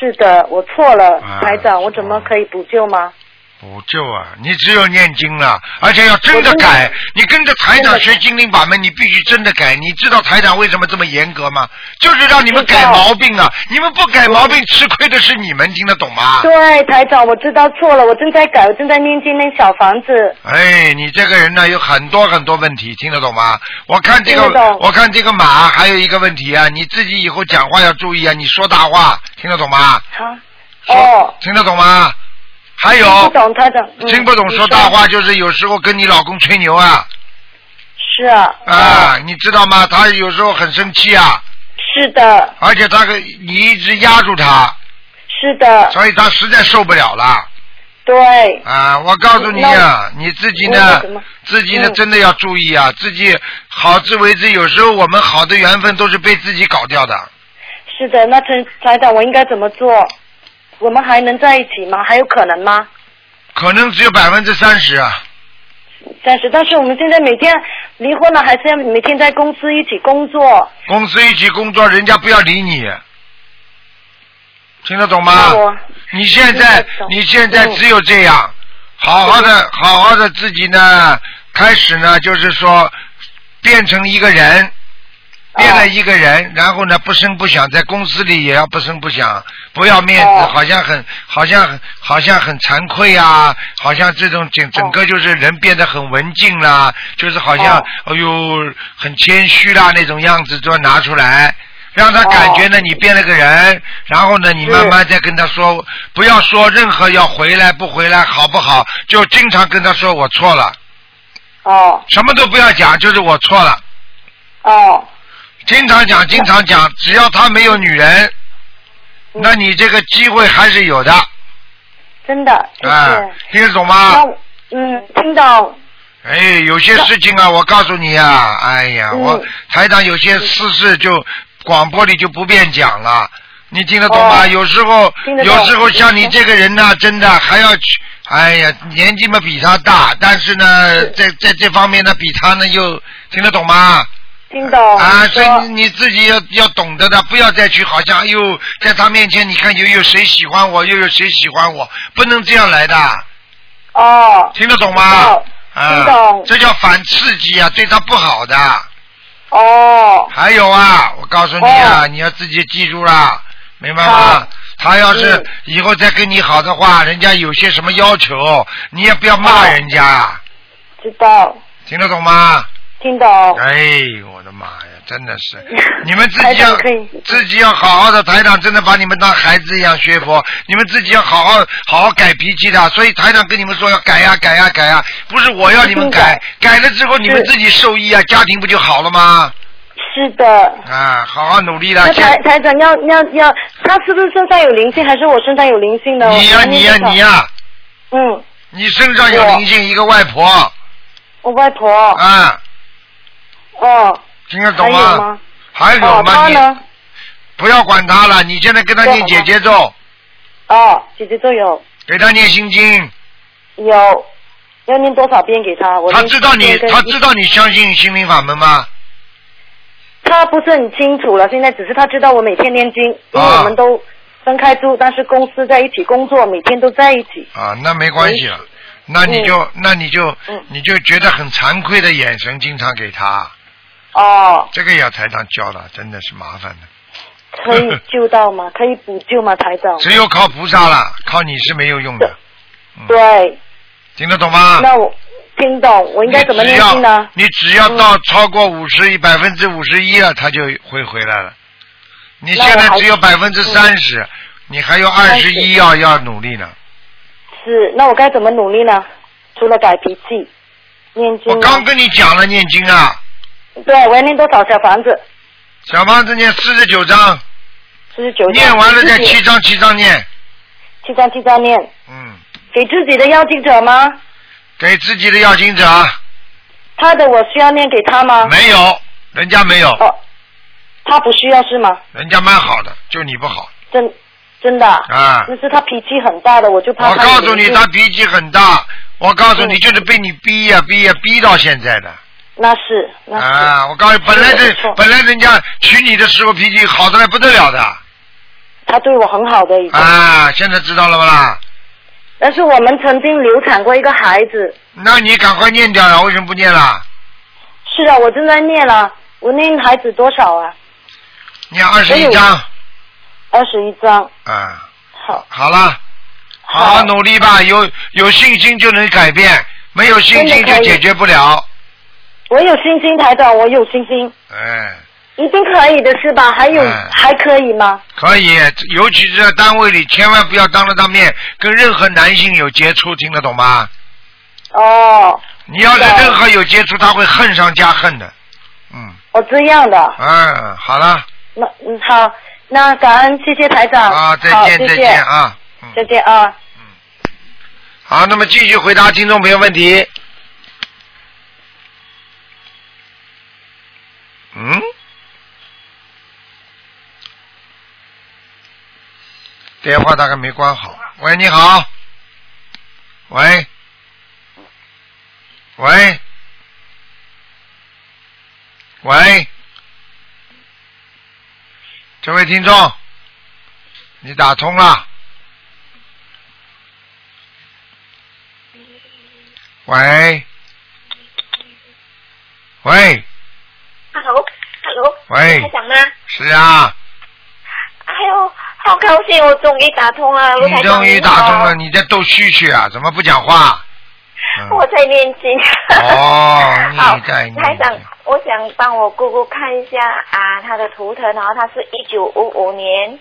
S7: 是的，我错了
S1: 啊，
S7: 台长，我怎么可以补救吗？
S1: 补救啊！你只有念经了，而且要真的改。你跟着台长学心灵法门，你必须真的改。你知道台长为什么这么严格吗？就是让你们改毛病啊！你们不改毛病，吃亏的是你们，听得懂吗？
S7: 对，台长，我知道错了，我正在改，我正在念经念小房子。
S1: 哎，你这个人呢，有很多很多问题，听得懂吗？我看这
S7: 听得
S1: 个
S7: 懂，
S1: 我看这个马还有一个问题啊，你自己以后讲话要注意啊，你说大话，听得懂吗？
S7: 啊，
S1: 说
S7: 哦，
S1: 听得懂吗？还有
S7: 听不懂，台长，嗯
S1: 听不懂说大。话，就是有时候跟你老公吹牛啊
S7: 你说是啊，
S1: 啊，你知道吗？他有时候很生气啊，
S7: 是的，
S1: 而且他跟你一直压住他，
S7: 是的，
S1: 所以他实在受不了了
S7: 对，
S1: 啊！我告诉你啊，你自己
S7: 那
S1: 呢
S7: 我怎么，
S1: 自己呢
S7: 嗯
S1: 真的要注意啊，自己好自为之。有时候我们好的缘分都是被自己搞掉的。
S7: 是的。那陈台长，我应该怎么做？我们还能在一起吗？还有可能吗？
S1: 可能只有百分之三十啊，
S7: 但是，但是我们现在每天离婚了，还是要每天在公司一起工作。
S1: 公司一起工作，人家不要理你，听得懂吗？
S7: 那我
S1: 你现在
S7: 听得懂嗯
S1: 你现在只有这样，好好的好好的自己呢，开始呢就是说变成一个人，变了一个人，然后呢不声不响，在公司里也要不声不响，不要面子，
S7: 哦
S1: 好像很好像很好像很惭愧啊，好像这种整整个就是人变得很文静啦、就是好像、
S7: 哦
S1: 哎呦很谦虚啦那种样子都要拿出来。让他感觉呢，你变了个
S7: 哦
S1: 人，然后呢，你慢慢再跟他说，不要说任何要回来不回来好不好，就经常跟他说我错了，
S7: 哦
S1: 什么都不要讲，就是我错了，
S7: 哦，
S1: 经常讲，经常讲，只要他没有女人，
S7: 嗯
S1: 那你这个机会还是有的
S7: 真的，谢谢。
S1: 啊，听得懂
S7: 那
S1: 吗？
S7: 我嗯，听到
S1: 哎，有些事情啊，我告诉你啊，哎呀，
S7: 嗯
S1: 我台长有些私事就广播里就不便讲了，你听得懂吗？
S7: 哦
S1: 有时候
S7: 听得懂
S1: 有时候像你这个人呐，真的还要去哎呀，年纪嘛比他大，但是呢，在在这方面呢，比他呢又听得懂吗？
S8: 听懂
S1: 啊，
S8: 你说
S1: 所以你自己要要懂得的，不要再去好像又在他面前，你看又有谁喜欢我，又有谁喜欢我，不能这样来的。
S8: 哦，
S1: 听得懂吗？啊
S8: 听懂
S1: 这叫反刺激啊，对他不好的。
S8: 哦，
S1: 还有啊，我告诉你啊，你要自己记住啦，明白吗？他要
S8: 嗯
S1: 是以后再跟你好的话，人家有些什么要求，你也不要骂人家，
S8: 知道，
S1: 听得懂吗？
S8: 听懂。
S1: 哎，我的妈呀，真的 是，你们自
S8: 台
S1: 己要
S8: 长可以
S1: 自己要好好的，台长真的把你们当孩子一样学佛，你们自己要好好好好改脾气的。所以台长跟你们说要改呀、改呀、啊改呀、不是我要你们改，改了之后你们自己受益啊，家庭不就好了吗？
S8: 是的，
S1: 啊，好好努力
S7: 那
S1: 了。
S7: 台台长要要要，他是不是身上有灵性，还是我身上有灵性呢？
S1: 你呀、你呀、你呀、
S7: 我嗯，
S1: 你身上有灵性，一个外婆
S7: 我外婆，
S1: 啊，
S7: 哦，
S1: 听得
S7: 还
S1: 懂
S7: 有
S1: 吗？
S7: 吗？
S1: 还有
S7: 哦，
S1: 吗？
S7: 他
S1: 你
S7: 呢？
S1: 不要管他了，你现在跟他念姐姐咒，
S7: 哦，姐姐都有
S1: 给他念心经。
S7: 有，要念多少遍给他？我
S1: 他
S7: 念
S1: 知道你
S7: 一遍，跟
S1: 他知道你相信心灵法门吗？
S7: 他不是很清楚了，现在只是他知道我每天念经，因为
S1: 啊
S7: 我们都分开住，但是公司在一起工作，每天都在一起。
S1: 啊，那没关系了，那你就、那你就、
S7: 嗯
S1: 你就觉得很惭愧的眼神，经常给他，
S7: 哦，
S1: 这个也要台长教了，真的是麻烦的，
S7: 可以救到吗？可以补救吗，台长？
S1: 只有靠菩萨了，靠你是没有用的，嗯
S7: 对，
S1: 听得懂吗？
S7: 那我听懂，我应该怎么念经呢？
S1: 你只要你只要到超过五十百分之五十一了，他就会回来了。你现在只有百分之三十，你还有二十一要要努力呢。
S7: 是，那我该怎么努力呢？除了改脾气，念经
S1: 我
S7: 呢。
S1: 刚跟你讲了念经啊，
S7: 对，我要念多少小房子？
S1: 小房子念四十九章，
S7: 四十九。
S1: 念完了再
S7: 给自己
S1: 七章七章念。
S7: 七张七张念，
S1: 嗯，
S7: 给自己的要经者吗？
S1: 给自己的要经者啊
S7: 他的我需要念给他吗？
S1: 没有，人家没有，
S7: 哦，他不需要是吗？
S1: 人家蛮好的，就你不好
S7: 真真的啊、
S1: 啊。
S7: 那是他脾气很大的，我就怕
S1: 我
S7: 他有
S1: 告诉你，
S7: 灵性
S1: 他脾气很大。我告诉你，
S7: 嗯
S1: 就是被你逼呀、逼呀、逼到现在的。
S7: 那是那是、
S1: 啊，我告诉你，本来
S7: 没
S1: 这
S7: 错
S1: 本来人家娶你的时候脾气好的来不得了的
S7: 他对我很好的已经、
S1: 啊，现在知道了吧啦？
S7: 但是我们曾经流产过一个孩子，
S1: 那你赶快念掉了，为什么不念啦？
S7: 是啊，我正在念了，我念孩子多少啊？
S1: 念二十
S7: 没
S1: 一
S7: 有
S1: 章
S7: 二十一张，
S1: 啊，
S7: 好，
S1: 好了，好好努力吧，有有信心就能改变，没有信心
S7: 真的
S1: 就
S7: 可以
S1: 解决不了。
S7: 我有信心，台长，我有信心，
S1: 哎，
S7: 一定可以的是吧？还有、
S1: 嗯
S7: 还可以吗？
S1: 可以，尤其是在单位里，千万不要当着他面跟任何男性有接触，听得懂吗？
S7: 哦，
S1: 你要是
S7: 知道
S1: 任何有接触，他会恨上加恨的。嗯，
S7: 哦这样的，
S1: 嗯，好了。
S7: 那嗯好，那感恩，谢谢台长，
S1: 啊，再
S7: 好
S1: 见，
S7: 谢
S1: 再
S7: 谢
S1: 见啊。
S7: 再
S1: 嗯，
S7: 见啊。
S1: 好，那么继续回答听众朋友问题。嗯，电话大概没关好。喂，你好。喂，喂，喂，这位听众，你打通了。喂，喂，
S6: 啊
S9: Hello，Hello，
S1: 喂
S9: 台长吗？
S1: 是啊，
S9: 哎呦，好高兴，我终于打通了，哦卢
S1: 你
S9: 台长
S1: 终于打通了，
S9: 你
S1: 你在逗蛐蛐啊？怎么不讲话？嗯
S9: 好。 我在念经。
S1: 哦
S9: 好
S1: 你在念经
S9: 台长，我想帮我姑姑看一下啊，她的图腾，然后她是一九五五年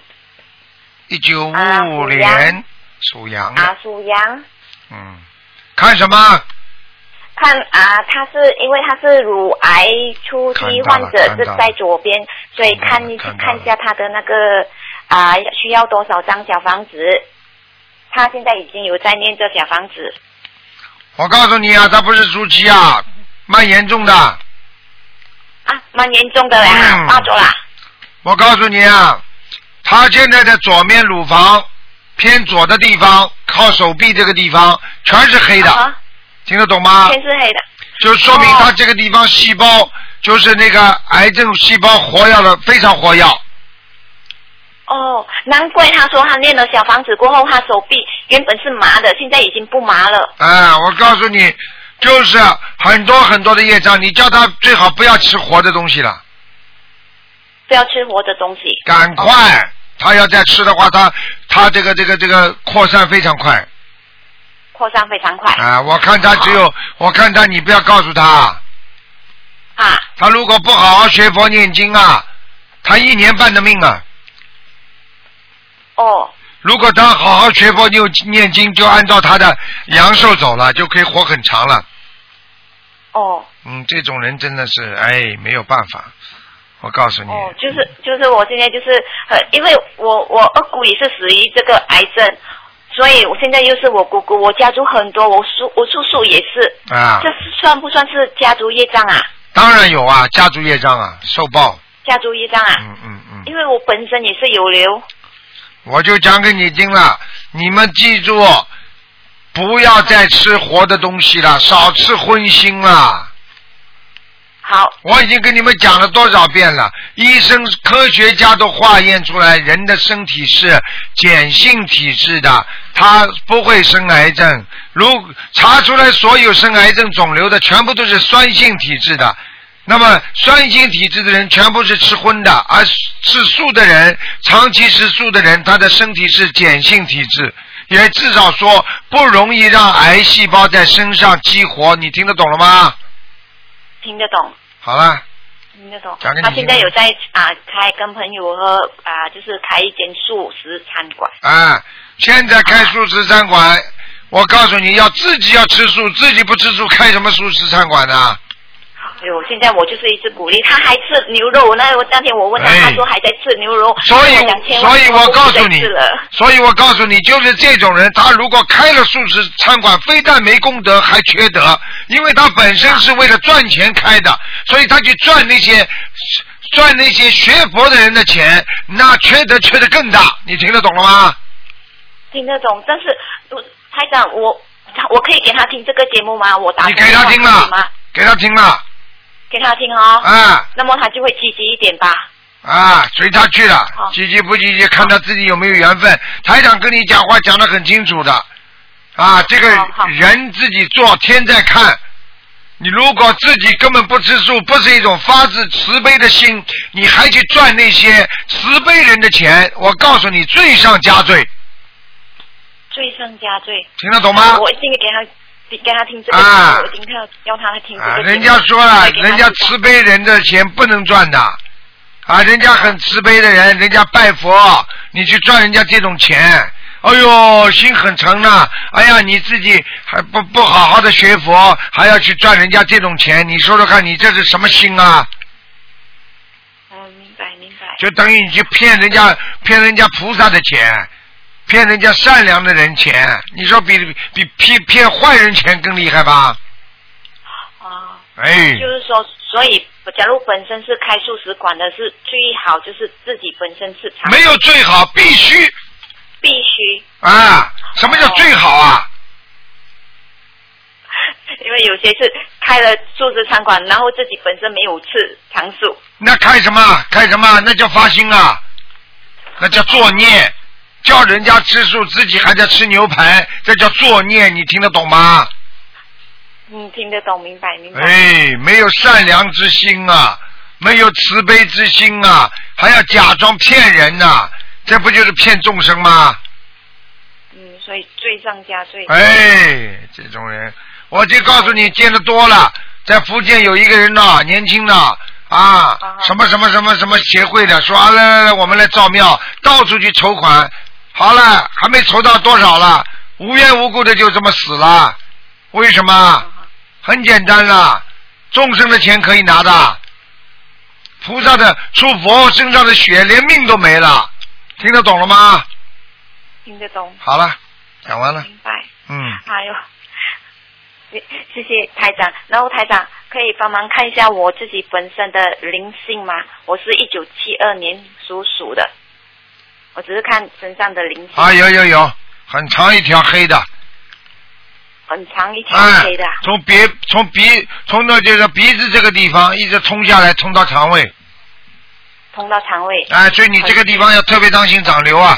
S1: 一九五
S9: 啊
S1: 五
S9: 属
S1: 年
S9: 羊
S1: 属羊的，
S9: 啊，属羊。
S1: 嗯，看什么？
S9: 看啊，她是因为她是乳癌初期
S1: 看
S9: 患
S1: 到了
S9: 者，
S1: 看
S9: 是
S1: 到了
S9: 在左边，所以
S1: 看到了
S9: 看一
S1: 看到
S9: 看
S1: 了
S9: 一下她的那个啊，需要多少张小房子？她现在已经有在念这小房子。
S1: 我告诉你啊，它不是初期啊，蛮严重的。
S9: 啊，蛮严重的嘞啊
S1: 嗯，
S9: 爆走啦！
S1: 我告诉你啊，他现在的左面乳房偏左的地方，靠手臂这个地方全是黑的，
S9: 啊
S1: 听得懂吗？
S9: 全是黑的。
S1: 就说明他这个地方细胞就是那个癌症细胞活跃的非常活跃。
S9: 哦，难怪他说他练了小房子过后，他手臂原本是麻的，现在已经不麻了。
S1: 哎，我告诉你，就是很多很多的业障，你叫他最好不要吃活的东西了，
S9: 不要吃活的东西。
S1: 赶快，他要再吃的话，他他这个这个这个扩散非常快。
S9: 扩散非常快。
S1: 啊，我看他只有，我看他，你不要告诉他。啊。他如果不好好学佛念经啊，他一年半的命啊。
S9: 哦。
S1: 如果他好好学佛念念经，就按照他的阳寿走了，就可以活很长了。
S9: 哦
S1: 嗯，这种人真的是，哎，没有办法。我告诉你，
S9: 哦，就是就是我现在就是呃，因为我我二姑也是属于这个癌症，所以我现在又是我姑姑，我家族很多，我叔我叔叔也是。
S1: 啊
S9: 这，是算不算是家族业障啊？
S1: 当然有啊，家族业障啊，受报。
S9: 家族业障啊？
S1: 嗯嗯嗯。
S9: 因为我本身也是有瘤。
S1: 我就讲给你听了，你们记住，不要再吃活的东西了，少吃荤腥了。
S9: 好。
S1: 我已经跟你们讲了多少遍了，医生、科学家都化验出来，人的身体是碱性体质的，它不会生癌症。如查出来所有生癌症肿瘤的，全部都是酸性体质的。那么酸性体质的人全部是吃荤的，而吃素的人，长期吃素的人，他的身体是碱性体质，也至少说不容易让癌细胞在身上激活。你听得懂了吗？
S9: 听得懂，
S1: 好了，
S9: 听得懂。
S1: 讲给你听
S9: 他现在有在啊、开跟朋友和啊、就是开一间素食餐馆。
S1: 啊，现在开素食餐馆，我告诉你要自己要吃素，自己不吃素开什么素食餐馆呢、
S9: 哎呦，现在我就是一直鼓励他，还吃牛肉。那我当天我问他，
S1: 哎
S9: 他说还在吃牛肉。
S1: 所以
S9: 我讲，千万
S1: 所以
S9: 不要
S1: 我告诉
S9: 再
S1: 你
S9: 吃了，
S1: 所以我告诉你，就是这种人，他如果开了素食餐馆，非但没功德，还缺德，因为他本身是为了赚钱开的，所以他去赚那些赚那些学佛的人的钱，那缺德缺的更大。你听得懂了吗？
S9: 听得懂，但是我台长，我他我可以给他听这个节目吗？我打
S1: 你给他听啊
S9: 了
S1: 了
S9: 吗？，
S1: 给他听了，
S9: 给他听哦。
S1: 啊。
S9: 那么他就会积极一点吧。
S1: 啊，随他去了，积极不积极，看他自己有没有缘分。台长跟你讲话讲得很清楚的，啊，这个人自己做，天在看。你如果自己根本不吃素，不是一种发自慈悲的心，你还去赚那些慈悲人的钱，我告诉你，罪上加罪，
S9: 罪上加罪。
S1: 听得懂吗？
S9: 啊我一定给他给他听这个节目，
S1: 啊
S9: 我一定要要他听这个
S1: 啊，
S9: 节目。
S1: 人家说了
S9: 再，给他
S1: 人家慈悲人的钱不能赚的，啊，人家很慈悲的人，人家拜佛，你去赚人家这种钱，哎呦，心很诚呐、哎呀，你自己还不不好好的学佛，还要去赚人家这种钱，你说说看，你这是什么心啊？就等于你去骗人家骗人家菩萨的钱，骗人家善良的人钱，你说比比骗骗坏人钱更厉害吧？
S9: 啊，
S1: 哎，
S9: 就是说，所以假如本身是开素食馆的，是最好就是自己本身是常
S1: 没有最好，必须
S9: 必须，
S1: 啊！什么叫最好啊？
S9: 因为有些是开了素食餐馆，然后自己本身没有吃常素。
S1: 那开什么开什么？那叫发心啊，那叫作孽。叫人家吃素，自己还在吃牛排，这叫作孽，你听得懂吗？
S9: 嗯，听得懂，明白，明白。
S1: 哎，没有善良之心啊，没有慈悲之心啊，还要假装骗人呐、这不就是骗众生吗？
S9: 嗯，所以罪上加罪。
S1: 哎，这种人，我就告诉你，见得多了。在福建有一个人呐，年轻的啊，什么什么什么什么协会的，说啊来来来，我们来造庙，到处去筹款。好了，还没筹到多少了，无缘无故的就这么死了，为什么？很简单啦，众生的钱可以拿的，菩萨的出佛身上的血连命都没了，听得懂了吗？
S9: 听得懂，
S1: 好了，讲完了，
S9: 明白。
S1: 嗯。
S9: 哎呦，谢谢谢台长。然后台长可以帮忙看一下我自己本身的灵性吗？我是一九七二年属鼠的。我只是看身上的灵性
S1: 啊，有有有，很长一条黑的，
S9: 很长一条
S1: 哎
S9: 黑的啊，，
S1: 从鼻从鼻从那就是鼻子这个地方一直冲下来，冲到肠胃，
S9: 通到肠胃。
S1: 哎，所以你这个地方要特别当心长瘤啊，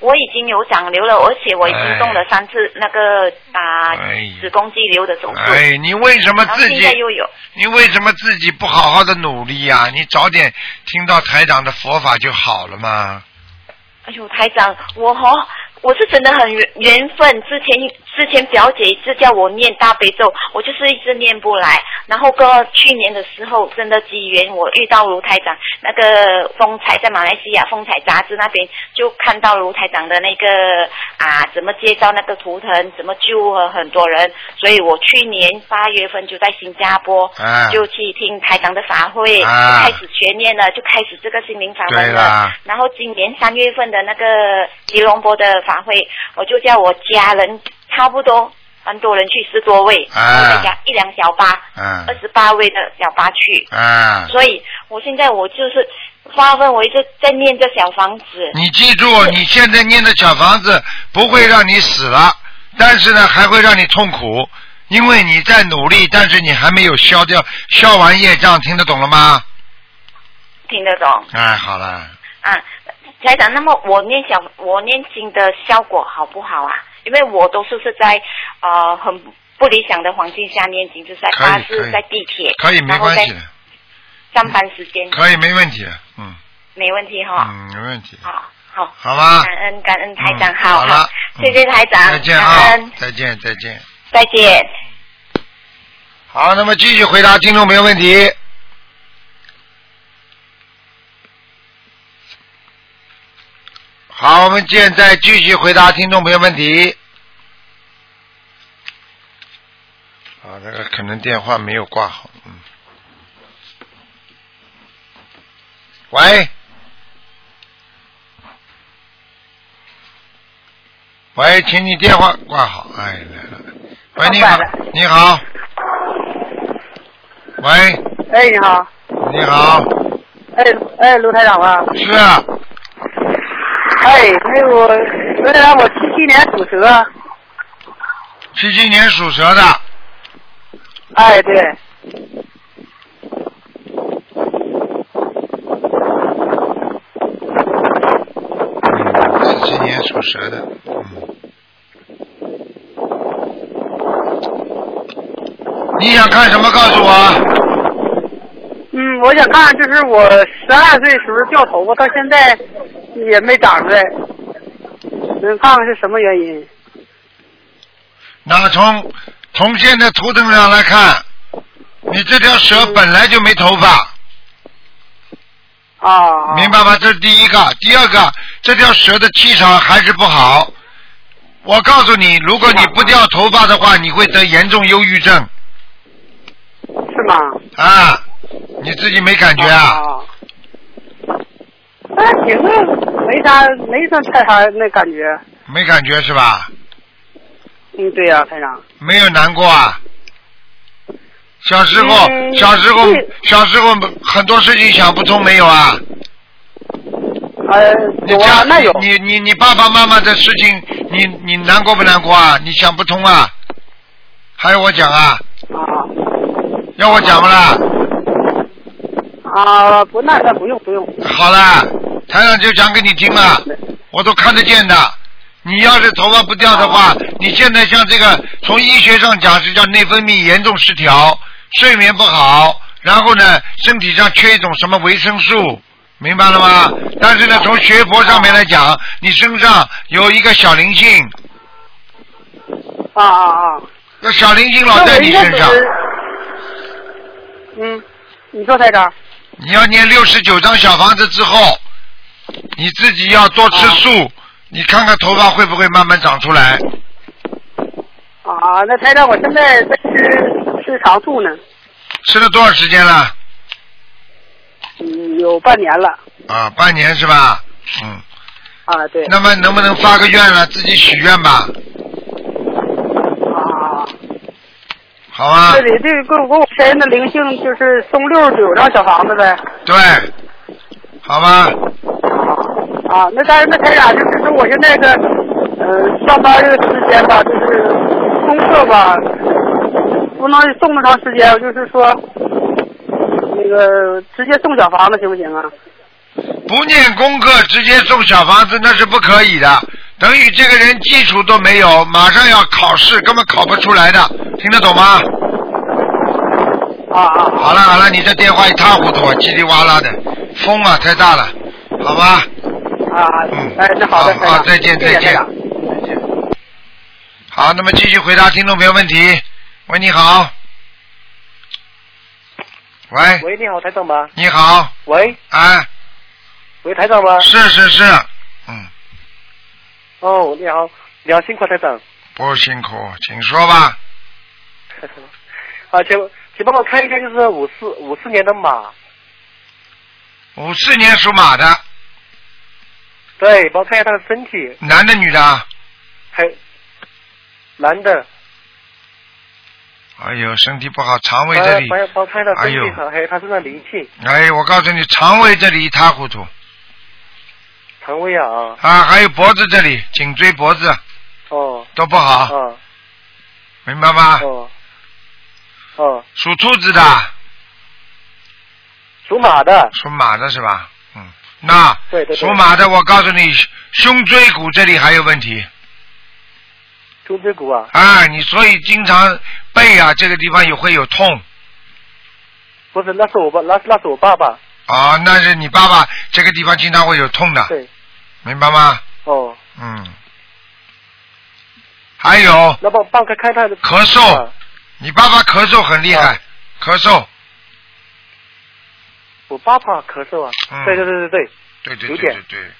S9: 我已经有长瘤了，而且我已经动了三次那个打
S1: 哎
S9: 子宫肌瘤的手术。
S1: 哎，你为什么
S9: 然后
S1: 自
S9: 现
S1: 己
S9: 在又有
S1: 你为什么自己不好好的努力呀、你早点听到台长的佛法就好了嘛。
S9: 哎呦，台长，我哈、我是真的很缘缘分。之前之前表姐一直叫我念大悲咒，我就是一直念不来。然后过去年的时候，真的机缘，我遇到卢台长那个风采，在马来西亚风采杂志那边就看到卢台长的那个啊，怎么介绍那个图腾，怎么救了很多人。所以我去年八月份就在新加坡，
S1: 啊
S9: 就去听台长的法会，
S1: 啊
S9: 就开始全念了，就开始这个心灵法
S1: 对
S9: 门
S1: 啦
S9: 然后今年三月份的那个吉隆坡的法会，我就叫我家人差不多很多人去十多位，
S1: 啊
S9: 我再加一辆小巴，
S1: 嗯
S6: 呃
S9: 二十八位的小巴去。
S1: 啊，
S9: 所以我现在我就是发奋，我一直在念这小房子。
S1: 你记住，你现在念的小房子不会让你死了，但是呢还会让你痛苦，因为你在努力，但是你还没有消掉消完业障，听得懂了吗？
S9: 听得懂
S1: 哎，好了，
S9: 啊，台长。那么我念小我念经的效果好不好啊？因为我都是是在呃很不理想的环境下念经，就是在
S1: 可以
S9: 巴
S1: 可
S9: 士、
S1: 以
S9: 在地铁，
S1: 可以没
S9: 然后
S1: 关
S9: 在
S1: 系的，
S9: 上班时间，
S1: 可以没问题的，嗯
S9: 没问题哈、
S1: 嗯，没问题，
S9: 好好，
S1: 好吧，
S9: 感恩感恩台长，
S1: 嗯
S9: 好
S1: 好了
S9: 好，谢谢台长，
S1: 再见
S9: 感
S1: 啊
S9: 恩，，
S1: 再见再见。
S9: 再见。
S1: 好，那么继续回答听众朋友问题。好，我们现在继续回答听众朋友问题。啊，那个可能电话没有挂好，嗯。喂，喂，请你电话挂好，哎，来了。喂，你好，你好。喂，
S10: 哎，你好，
S1: 你好，
S10: 哎哎，卢台长啊，
S1: 是啊，
S10: 哎，那我卢台长，我七七年属蛇，
S1: 七七年属蛇的，
S10: 哎，对，
S1: 七七年属蛇的，嗯。你想看什么？告诉我。
S10: 嗯，我想看，就是我十二岁时候掉头发，到现在也没长出来，能看看是什么原因？
S1: 那从从现在图腾上来看，你这条蛇本来就没头发，
S10: 啊，
S1: 明白吗？这是第一个，第二个，这条蛇的气场还是不好。我告诉你，如果你不掉头发的话，你会得严重忧郁症。
S10: 是吗？
S1: 啊，你自己没感觉啊？
S10: 啊，那挺啊，没啥，没啥太啥那感觉。
S1: 没感觉是吧？
S10: 嗯，对呀、台长。
S1: 没有难过啊？小时候，
S10: 嗯
S1: 小时候
S10: 是，
S1: 小时候很多事情想不通没有啊？
S10: 呃，
S1: 你
S10: 有
S1: 家
S10: 啊，那有。
S1: 你你你爸爸妈妈的事情，你你难过不难过啊？你想不通啊？还要我讲啊？要我讲不啦？
S10: 啊，不，那那不用不用。
S1: 好啦，台长就讲给你听了，我都看得见的。你要是头发不掉的话，你现在像这个，从医学上讲是叫内分泌严重失调，睡眠不好，然后呢，身体上缺一种什么维生素，明白了吗？但是呢，从学佛上面来讲，你身上有一个小灵性，
S10: 啊啊啊！
S1: 那小灵性老在你身
S10: 那
S1: 上
S10: 我应该，就是嗯，你说台长。
S1: 你要念六十九张小房子之后，你自己要多吃素，你看看头发会不会慢慢长出来。
S10: 啊，那台长，我现在在吃吃长素呢，
S1: 吃了多少时间了？
S10: 嗯，有半年了。
S1: 啊，半年是吧？嗯。
S10: 啊，对。
S1: 那么能不能发个愿了？自己许愿吧。
S10: 啊。
S1: 好啊
S10: 这。里这个给我身上的灵性就是送六十九张小房子呗。
S1: 对。好吧。
S10: 啊，那但是那台长就是说，我就那个，呃，上班这个时间吧，就是功课吧，不能送那么长时间，我就是说，那个直接送小房子行不行啊？
S1: 不念功课直接送小房子那是不可以的，等于这个人基础都没有，马上要考试，根本考不出来的，听得懂吗？
S10: 啊啊！
S1: 好了好了，你这电话一塌糊涂，啊叽里哇啦的，风啊太大了，好吧？
S10: 啊，嗯，哎，那好的，
S1: 好，再见
S10: 谢
S1: 再
S10: 谢台
S1: 见
S10: 长。
S1: 好，那么继续回答听众朋友问题。喂，你好。喂，
S11: 喂，你好，台长吗？
S1: 你好，
S11: 喂，
S1: 哎，
S11: 喂，台长吗？
S1: 是是是，
S11: 哦，你好，你好，辛苦台长。
S1: 不辛苦，请说吧。
S11: 啊，请请帮我看一下，就是五四五四年的马，
S1: 五四年属马的，
S11: 对，帮我看一下他的身体，
S1: 男的女的啊？
S11: 还男的，
S1: 哎呦，身体不好，肠胃这
S11: 呃
S1: 里，
S11: 帮我帮我看一下身
S1: 哎
S11: 体
S1: 呦
S11: 和还有他身上灵气、
S1: 哎，我告诉你，肠胃这里一塌糊涂
S11: 肠胃啊，
S1: 啊，还有脖子这里，颈椎脖子
S11: 哦，
S1: 都不好，
S11: 啊，
S1: 明白吗？
S11: 哦，哦，
S1: 属兔子的，
S11: 属马的，
S1: 属马的是吧？嗯，那
S11: 对对对，
S1: 属马的，我告诉你，胸椎骨这里还有问题
S11: 胸椎骨啊，
S1: 啊，你所以经常背啊这个地方有会有痛
S11: 不是，那是我爸，那是那是我爸爸，
S1: 啊，那是你爸爸这个地方经常会有痛的，
S11: 对，
S1: 明白吗？
S11: 哦，
S1: 嗯，还有
S11: 那帮帮我看看他的啊
S1: 咳嗽，你爸爸咳嗽很厉害，咳嗽，
S11: 我爸爸咳嗽啊，
S1: 嗯
S11: 对对对对对，
S1: 对对对
S11: 有点
S1: 对对，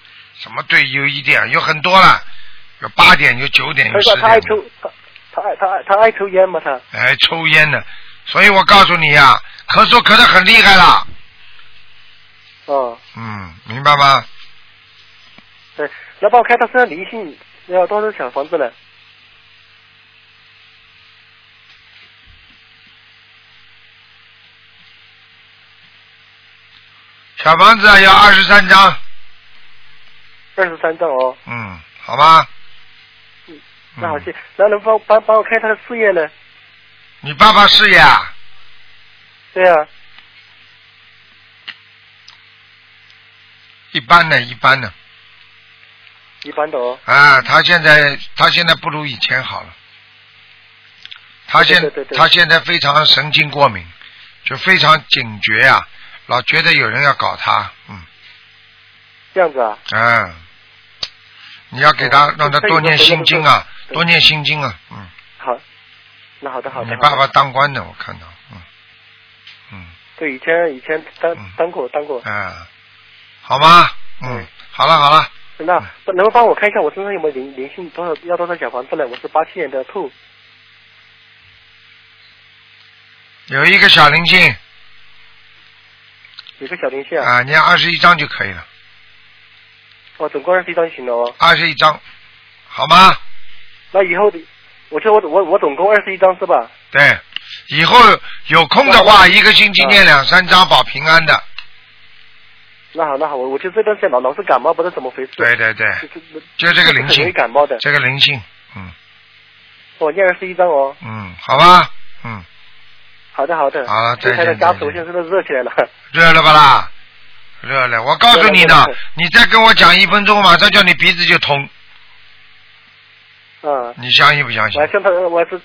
S1: 什么对有一点，有很多了，有八点，有九点，有
S11: 他
S1: 十
S11: 说他爱
S1: 点的，
S11: 抽，他他爱他爱他爱抽烟嘛，他
S1: 哎，抽烟的，所以我告诉你呀、咳嗽咳得很厉害了，
S11: 哦，
S1: 嗯，明白吗？
S11: 对，那帮我看他身上灵性，要多少小房子了？
S1: 小房子啊要二十三张，
S11: 二十三张哦，
S1: 嗯，好吧，
S11: 嗯
S1: 嗯
S11: 那好谢，那能帮帮帮我看他的事业呢？
S1: 你爸爸事业啊，
S11: 对啊，
S1: 一般的，一般的，
S11: 一般的哦，
S1: 啊，他现在他现在不如以前好了，他现
S11: 对对对对
S1: 他现在非常神经过敏，就非常警觉啊，老觉得有人要搞他，嗯
S11: 这样子啊，
S1: 嗯，你要给他、
S11: 哦
S1: 让他
S11: 这
S1: 多念心经啊，
S11: 这个
S1: 多念心经啊，嗯，
S11: 好，那好的好的。
S1: 你
S11: 好的
S1: 爸爸当官的我看到，嗯嗯
S11: 对以前以前当当过当过，
S1: 啊，好吗？嗯，好了好了，
S11: 那
S1: 嗯
S11: 能够帮我看一下我身上有没有灵灵性多少要多少小房子呢？我是八七年的兔，
S1: 有一个小灵性
S11: 有个小灵性啊，
S1: 啊，你要二十一张就可以了，
S11: 哦，总共二十一张就行了哦。
S1: 二十一张，好吗？
S11: 那以后的，我说我我我总共二十一张是吧？
S1: 对，以后有空的话，一个星期念两三张保平安的。
S11: 那好那好，我我就这段时间老老是感冒，不知道怎么回事。
S1: 对对对，
S11: 就是
S1: 就这个灵
S11: 很容易
S1: 性，
S11: 感冒的。
S1: 这个灵性，
S11: 我念二十一张哦。
S1: 嗯，好吧，嗯，
S11: 好的好的。
S1: 好了再见
S11: 台长家
S1: 再见
S11: 属我现在真的热起来了。
S1: 热了吧啦？热了，我告诉你
S11: 热了
S1: 呢
S11: 热了，
S1: 你再跟我讲一分钟，马上叫你鼻子就通，
S11: 嗯。
S1: 你相信不相信
S11: 我？还向他，我还是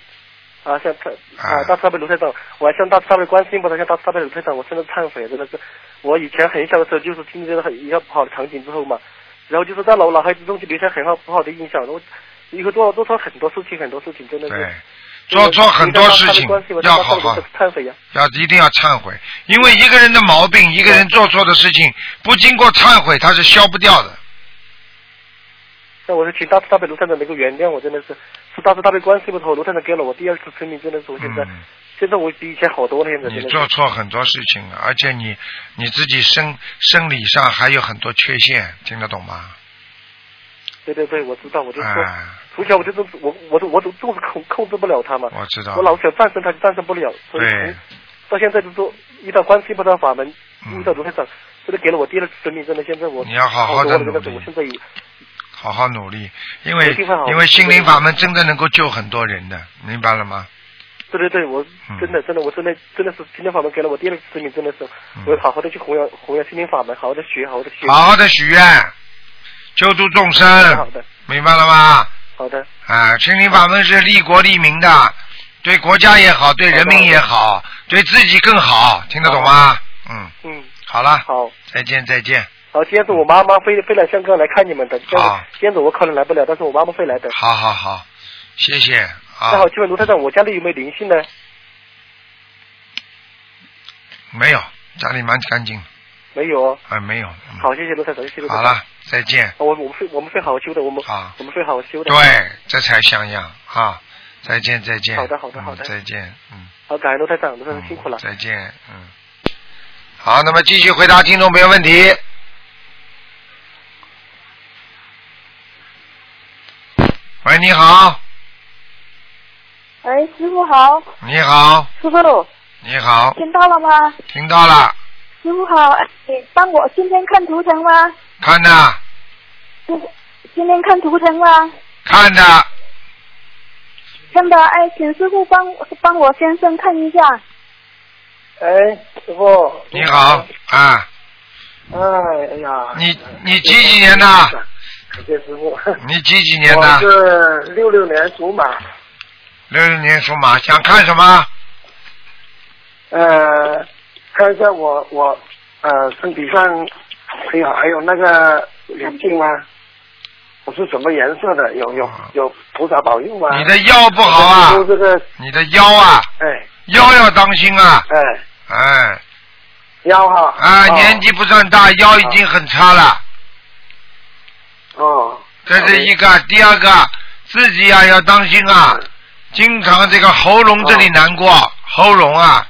S11: 啊向他啊大慈大悲卢太长，我还向大慈大悲观世音菩萨，向大慈大悲卢太长，我真的忏悔，真的是，我以前很小的时候就是经历了很一个不好的场景之后嘛，然后就是在我脑海之中就留下很好不好的印象，然后以后做做错很多事情，很多事情真的是
S1: 对，做错很多事情要好好
S11: 忏悔呀。
S1: 要一定要忏悔，因为一个人的毛病，一个人做错的事情，不经过忏悔，他是消不掉的。
S11: 那嗯我是请大慈大悲卢太长能够原谅我，真的是是大慈大悲观世音菩萨，卢太长给了我第二次生命，真的是我现在、呃现在我比以前好多了，现在
S1: 你
S11: 真的是
S1: 做错很多事情，啊而且你你自己生生理上还有很多缺陷，听得懂吗？
S11: 对对对，我知道，我就说，
S1: 哎
S11: 从小我就总我我我总总是控控制不了他嘛，
S1: 我知道
S11: 我老想战胜他，就战胜不了，所以
S1: 对
S11: 从到现在就说遇到观世音菩萨法门，遇到卢太长，真的给了我第二次生命，真的现在我
S1: 你要好好地
S11: 我真
S1: 努
S11: 的
S1: 力
S11: 是我现在有
S1: 好好努力，因为
S11: 有地方好
S1: 因为心灵法门真的能够救很多人的，明白了吗？
S11: 对对对，我真
S1: 嗯
S11: 的真的我真的真的是心灵法门给了我第二次生命，真的是我要好好的去弘扬弘扬心灵法门，好好的学，好好的学，
S1: 好好的许愿，救度众
S11: 好
S1: 生，
S11: 的
S1: 明白了吗？
S11: 好的，
S1: 啊，心灵法门是利国利民的，对国家也好，对人民也好，对自己更好，听得懂吗？嗯，
S11: 嗯，
S1: 好了，
S11: 好，
S1: 再见再见，
S11: 好，今天是我妈妈飞飞来香港来看你们的，今天
S1: 好
S11: 今天子我可能来不了，但是我妈妈会来的。
S1: 好好好，谢谢
S11: 那
S1: 啊
S11: 好，，请问卢台长，我家里有没有灵性呢？
S1: 没有，家里蛮干净，
S11: 没有哦。
S1: 啊，没有，嗯
S11: 好，谢谢卢台长，谢谢卢台
S1: 好
S11: 长。哦
S1: 了，再见，
S11: 我我们会我们会好好修的，我们
S1: 好
S11: 我们会好好修的。
S1: 对，这才像样啊，再见再见，
S11: 好的好的好
S1: 嗯
S11: 的
S1: 再见，嗯。
S11: 好，感恩卢台长，卢台长辛苦了。
S1: 再见，嗯。好，那么继续回答听众朋友问题。喂，你好，
S12: 喂，哎师傅好，
S1: 你好，
S12: 师傅
S1: 你好，
S12: 听到了吗？
S1: 听到了，
S12: 师傅好，哎你帮我今天看图腾吗？
S1: 看呐，
S12: 今今天看图腾吗？
S1: 看的，
S12: 真的，哎，请师傅帮我帮我先生看一下。
S13: 哎，师傅，
S1: 你好啊，
S13: 哎哎呀，
S1: 你你几几年的？
S13: 感谢师傅。
S1: 你几几年
S13: 我
S1: 的？
S13: 是六六年属马，
S1: 六六年属马，想看什么？
S13: 呃，看一下我我呃身体上还有还有那个眼镜吗？我是什么颜色的？有有有菩萨保佑吗？
S1: 你的腰不好啊
S13: 我这个
S1: 你的腰啊，
S13: 哎
S1: 腰要当心啊，
S13: 哎
S1: 哎，
S13: 腰哈
S1: 啊，
S13: 哦
S1: 年纪不算大，腰已经很差了。
S13: 哦，
S1: 这是一个，第二个自己啊要当心啊，经常这个喉咙这里难过，喉咙啊，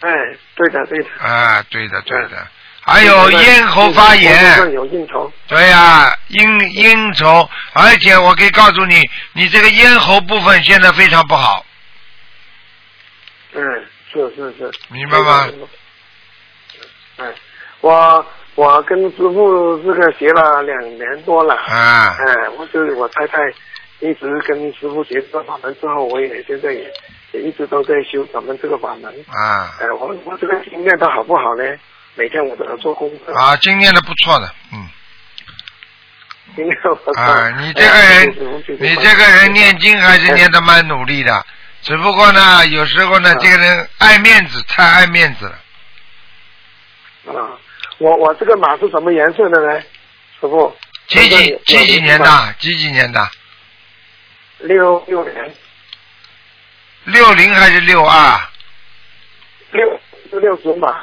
S13: 哎对的对的，哎
S1: 啊，对的对的，还有咽喉发
S13: 我身上
S1: 炎，
S13: 有应酬，
S1: 对啊呀、咽咽喉，而且我可以告诉你，你这个咽喉部分现在非常不好，
S13: 嗯，是是是，
S1: 明白吗？
S13: 哎，我我跟师傅这个学了两年多了，
S1: 啊
S13: 哎，我就是我太太一直跟师傅学这个法门之后，我也现在也也一直都在修咱们这个法门。
S1: 啊
S13: 哎，我我这个经验的好不好呢？每天我都要做功课，
S1: 啊，今天的不错的，嗯
S13: 经验哎我操
S1: 啊，你这个人，你这个人念经还是念的蛮努力的，只不过呢，有时候呢，这个人爱面子，太爱面子了。
S13: 啊，我我这个马是什么颜色的呢？师傅，
S1: 几
S13: 这
S1: 几
S13: 个
S1: 几几年的？几几年的？
S13: 六六年，
S1: 六零还是六二？
S13: 六是六属马。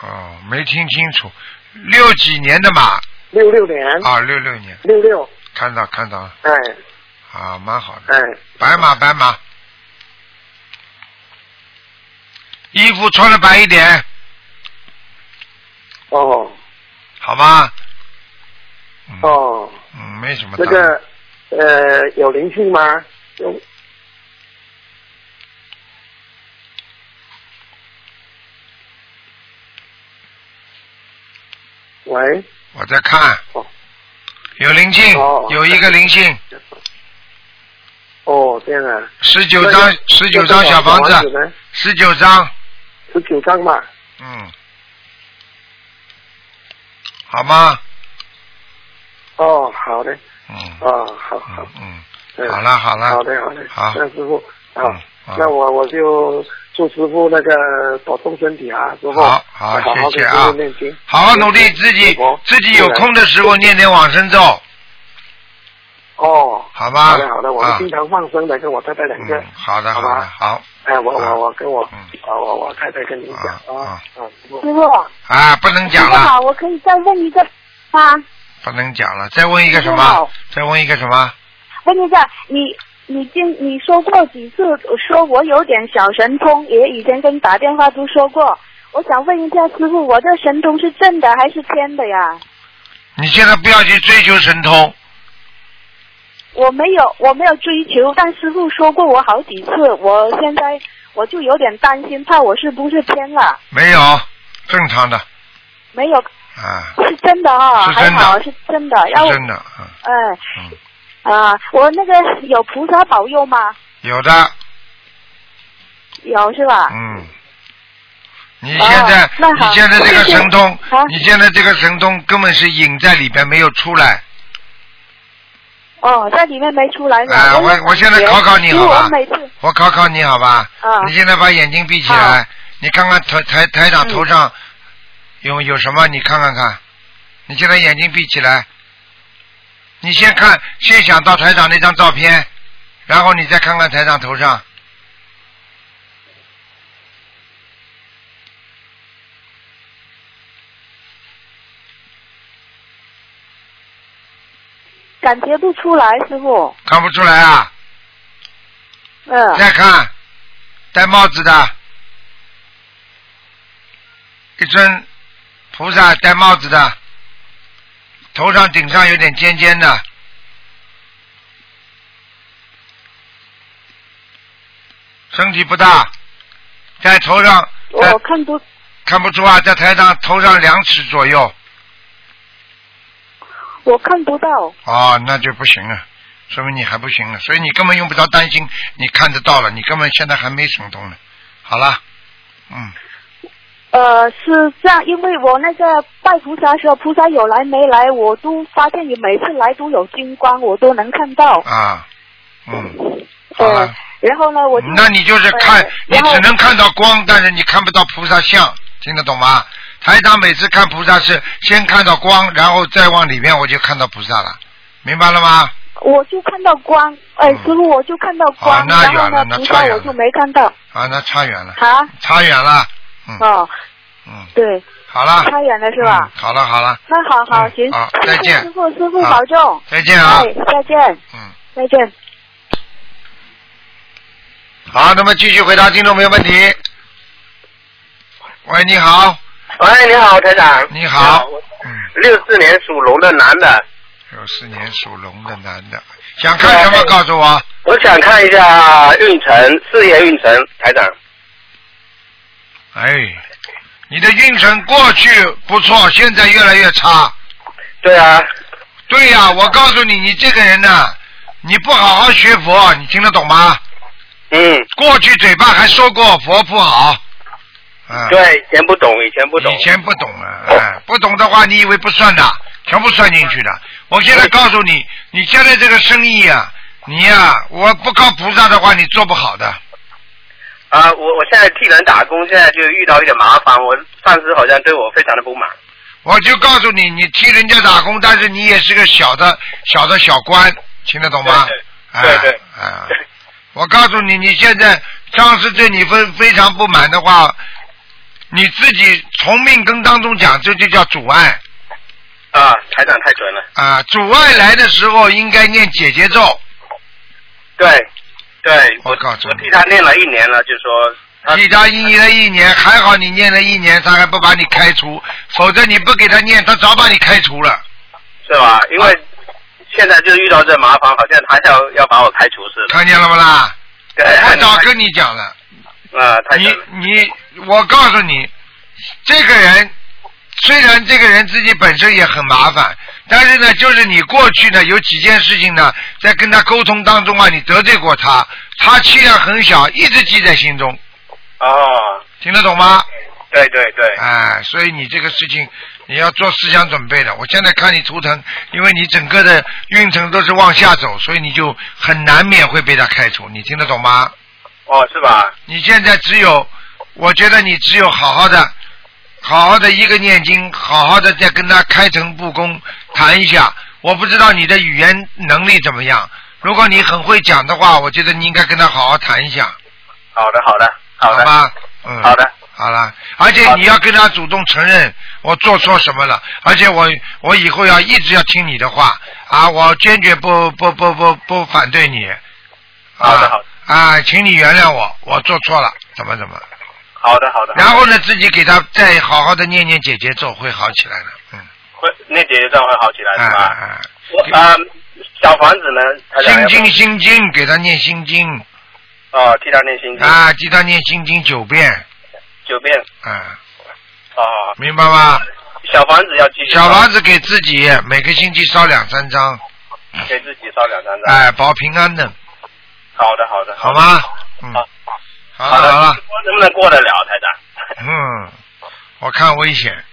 S1: 哦，没听清楚。六几年的马？
S13: 六六年。
S1: 啊，六六年，
S13: 六六，
S1: 看到看到了，
S13: 哎
S1: 啊，蛮好的。
S13: 哎，
S1: 白马白马，衣服穿的白一点，
S13: 哦
S1: 好吗？
S13: 哦，
S1: 嗯，没什么大。
S13: 那个呃，有灵性吗？有喂，
S1: 我在看
S13: 哦。
S1: 有灵性，有一个灵性，
S13: 哦，这样啊，
S1: 十九张十九张小房子，
S13: 子，
S1: 十九张，
S13: 十九张嘛，
S1: 嗯，好吗？
S13: 哦，好的，
S1: 嗯，
S13: 哦，好好，
S1: 嗯，
S13: 嗯
S1: 好了好了，
S13: 好的好的，
S1: 好嗯
S13: 那师傅啊
S1: 好，
S13: 那我我就祝师傅那个保重身体啊，师傅，
S1: 好好
S13: 好
S1: 谢
S13: 好给
S1: 谢
S13: 师
S1: 啊
S13: 傅念经，
S1: 好好努力自己，自己有空的时候念念往生咒，
S13: 哦，
S1: 好吧？
S13: 好的好的，我
S1: 啊
S13: 们经常放生的，跟我太太两个，
S1: 好的好的好，嗯
S13: 哎，我我我跟我啊我我太太跟你讲啊啊，师
S12: 师
S13: 傅
S12: 傅，
S1: 啊，不能
S12: 师
S1: 讲
S12: 傅
S1: 了，
S12: 好，我可以再问一个啊吗？
S1: 不能讲了，再问一个什
S12: 师傅
S1: 么
S12: 好？
S1: 再问一个什么？
S12: 问一下，你你经你说过几次，说我有点小神通，也以前跟你打电话都说过。我想问一下师傅，我这神通是正的还是偏的呀？
S1: 你现在不要去追求神通，
S12: 我没有，我没有追求，但师傅说过我好几次，我现在我就有点担心，怕我是不是偏了。
S1: 没有，正常的
S12: 没有，
S1: 啊，
S12: 是真的哈、
S1: 是
S12: 还
S1: 真的
S12: 好是真的。
S1: 是
S12: 要啊我
S1: 真的，嗯，
S12: 哎，啊，我那个有菩萨保佑吗？
S1: 有的，
S12: 有是吧？
S1: 嗯。你现在，
S12: 哦那好
S1: 你现在这个
S12: 谢谢
S1: 神通，你现在这个神通根本是隐在里边没有出来，
S12: 哦，在里面没出来呢。
S1: 啊，我我现在考考你
S12: 因为
S1: 好吧
S12: 我每次，
S1: 我考考你好吧
S12: 啊，
S1: 你现在把眼睛闭起来，你看看台台台
S12: 嗯
S1: 长头上有有什么，你看看看，你现在眼睛闭起来，你先看，先想到台长那张照片，然后你再看看台长头上，
S12: 感觉不出来，师傅。
S1: 看不出来啊？
S12: 嗯。
S1: 再看，戴帽子的，一尊菩萨戴帽子的，头上顶上有点尖尖的。身体不大，在头上
S12: 我看不
S1: 看不出啊，在台上头上两尺左右，
S12: 我看不到。
S1: 哦，那就不行了，说明你还不行了，啊所以你根本用不着担心，你看得到了，你根本现在还没行动呢。好了，嗯，
S12: 呃，是这样，因为我那个拜菩萨的时候，菩萨有来没来，我都发现你每次来都有金光，我都能看到。
S1: 啊，嗯，好了，
S12: 然后呢，我就
S1: 那你就是看
S12: 呃，
S1: 你
S12: 然后
S1: 只能看到光，但是你看不到菩萨像，听得懂吗？台长每次看菩萨是先看到光，然后再往里面我就看到菩萨了，明白了吗？
S12: 我就看到光，哎，师傅，我就看到
S1: 哦
S12: 光，
S1: 那
S12: 然后
S1: 远了
S12: 呢，
S1: 那
S12: 菩
S1: 差
S12: 萨
S1: 远
S12: 我
S1: 了
S12: 就没看到
S1: 啊，那差远了，
S12: 啊。
S1: 差远了，嗯
S12: 哦，
S1: 嗯，
S12: 对，
S1: 好了，
S12: 差远了是吧
S1: 嗯？好了好了，
S12: 那好好行，
S1: 好
S12: 谢谢
S1: 再见
S12: 师傅，师傅
S1: 好
S12: 保重，
S1: 再见啊
S12: 哎，再见，
S1: 嗯，
S12: 再见。
S1: 好，那么继续回答听众朋友问题。喂，你好，
S14: 喂，你好，台长。
S1: 你好，嗯
S14: 六四年属龙的男的，
S1: 六四年属龙的男的，想看什么告诉我？
S14: 我想看一下运程，事业运程，台长。
S1: 哎，你的运程过去不错，现在越来越差。
S14: 对啊。
S1: 对呀、我告诉你，你这个人呐，你不好好学佛，你听得懂吗？
S14: 嗯。
S1: 过去嘴巴还说过佛不好，嗯
S14: 对，以前不懂，以前不懂。以
S1: 前不懂啊。哎，不懂的话，你以为不算的，全部算进去的。我现在告诉你，你现在这个生意啊，你呀、我不靠菩萨的话，你做不好的。
S14: 啊，我我现在替人打工，现在就遇到一点麻烦，我上司好像对我非常的不满。
S1: 我就告诉你，你替人家打工，但是你也是个小的小的小官，听得懂吗？
S14: 对对。
S1: 啊，我告诉你，你现在上司对你非非常不满的话，你自己从命根当中讲，这就叫阻碍
S14: 啊，台长太准了。
S1: 啊！阻碍来的时候应该念解结咒，
S14: 对，对，我我替他念了一年了，就说
S1: 替他一年了一年，还好你念了一年，他还不把你开除，否则你不给他念，他早把你开除了。
S14: 是吧？因为现在就遇到这麻烦，好像他要要把我开除似的。
S1: 看见了不啦？
S14: 对，
S1: 我早跟你讲了。
S14: 啊，太准了。
S1: 你我告诉你，这个人虽然这个人自己本身也很麻烦，但是呢，就是你过去呢有几件事情呢，在跟他沟通当中啊，你得罪过他，他气量很小，一直记在心中，
S14: 哦，
S1: 听得懂吗？
S14: 对对对。
S1: 哎，所以你这个事情你要做思想准备的。我现在看你图腾，因为你整个的运程都是往下走，所以你就很难免会被他开除，你听得懂吗？
S14: 哦，是吧？
S1: 你现在只有，我觉得你只有好好的，好好的一个念经，好好的再跟他开诚布公谈一下。我不知道你的语言能力怎么样，如果你很会讲的话，我觉得你应该跟他好好谈一下，
S14: 好的，好的，好
S1: 好
S14: 的，
S1: 吧？嗯，
S14: 好的，
S1: 好了。而且你要跟他主动承认我做错什么了，而且我我以后要一直要听你的话啊，我坚决不不不不不反对你。
S14: 好的
S1: 啊
S14: 好的
S1: 啊，请你原谅我，我做错了，怎么怎么。
S14: 好的，好的。
S1: 然后呢，自己给他再好好的念念姐姐咒，会好起来的。
S14: 会那姐姐这样会好起来是吧？嗯
S1: 啊，
S14: 我啊，小房子呢？他
S1: 心经，心经，给他念心经。
S14: 啊，替他念心经
S1: 啊，替他念心经九遍
S14: 九遍
S1: 啊，
S14: 啊，
S1: 明白吗？
S14: 小房子要继续烧。
S1: 小房子给自己每个星期烧两三张，
S14: 给自己烧两三张。
S1: 哎，保平安的，
S14: 好的，好的，
S1: 好
S14: 的？
S1: 吗？嗯，好
S14: 好的，
S1: 好了，
S14: 能不能过得了，台长？
S1: 嗯，我看危险。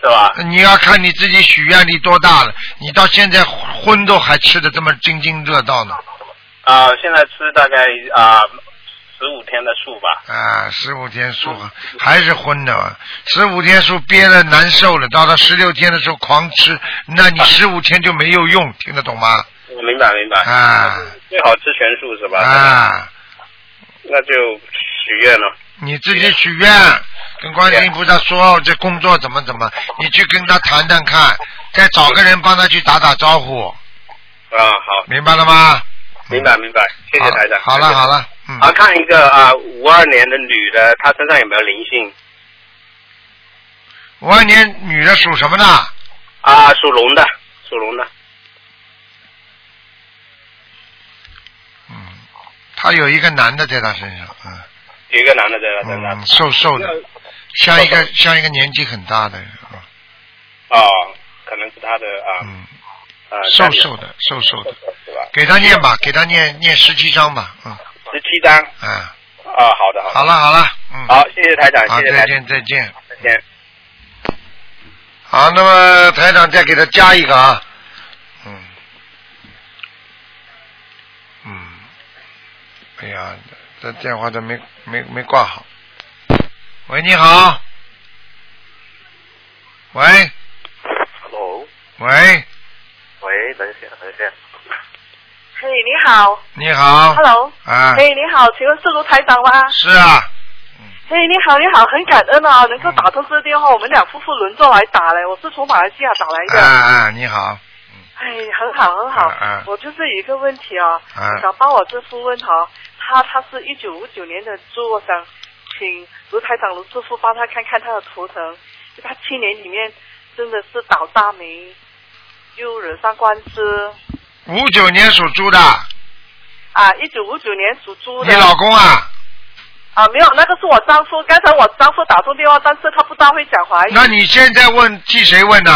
S14: 是吧？
S1: 你要看你自己许愿力多大了，你到现在荤都还吃的这么津津乐道呢，
S14: 啊、现在吃大概啊十五天的素吧。
S1: 啊，十五天素还是荤的，十五天素憋的难受了，到了十六天的时候狂吃，那
S14: 啊
S1: 你十五天就没有用，听得懂吗？
S14: 我明白明白。
S1: 啊
S14: 最好吃全素是吧？
S1: 啊，
S14: 那就许愿了。
S1: 你自己许愿，跟观世音菩萨说这工作怎么怎么，你去跟他谈谈看，再找个人帮他去打打招呼，
S14: 啊，好，
S1: 明白了吗？
S14: 明白明白，谢谢台长。
S1: 好了好了，
S14: 嗯。啊，看一个啊，五二年的女的，她身上有没有灵性？
S1: 五二年女的属什么呢？
S14: 啊，属龙的，属龙的。
S1: 她有一个男的在她身上，嗯。
S14: 有一个男的在她身上。
S1: 嗯，瘦瘦的，像一个像一个年纪很大的人啊，
S14: 哦，可能是她的啊。啊，
S1: 嗯瘦瘦的，瘦瘦的，
S14: 是吧？
S1: 给他念吧，给他念念十七章吧，嗯
S14: 十七张。
S1: 啊，
S14: 啊，好的好的。
S1: 好了好了，嗯，
S14: 好，谢谢台长，
S1: 好
S14: 谢谢
S1: 再
S14: 台
S1: 见
S14: 长，
S1: 再见。
S14: 再见。
S1: 好，那么台长再给他加一个啊，嗯，嗯，哎呀，这电话都没没没挂好。喂，你好。喂
S15: Hello，
S1: 喂，
S15: 喂，等一下，等一下，
S16: 嘿，你好。
S1: 你好。
S16: Hello。
S1: 啊，
S16: 嘿，你好，请问是卢台长吗？
S1: 是啊，
S16: 嘿，你好，你好，很感恩啊，能够打通这个电话，我们俩夫妇轮着来打嘞。我是从马来西亚打来
S1: 啊
S16: 的。
S1: 啊，你好，
S16: 哎，很好，很好。
S1: 啊啊
S16: 我就是有一个问题啊，
S1: 啊
S16: 我想帮我这夫问哈、他他是一九五九年的猪，我想请卢台长、卢师傅帮他看看他的图腾，他七年里面真的是倒大霉，又惹上官司
S1: 五九年属猪的，
S16: 啊。一九五九年属猪的。
S1: 你老公啊？
S16: 啊，没有，那个是我丈夫。刚才我丈夫打通电话，但是他不大会讲华语。
S1: 那你现在问替谁问呢？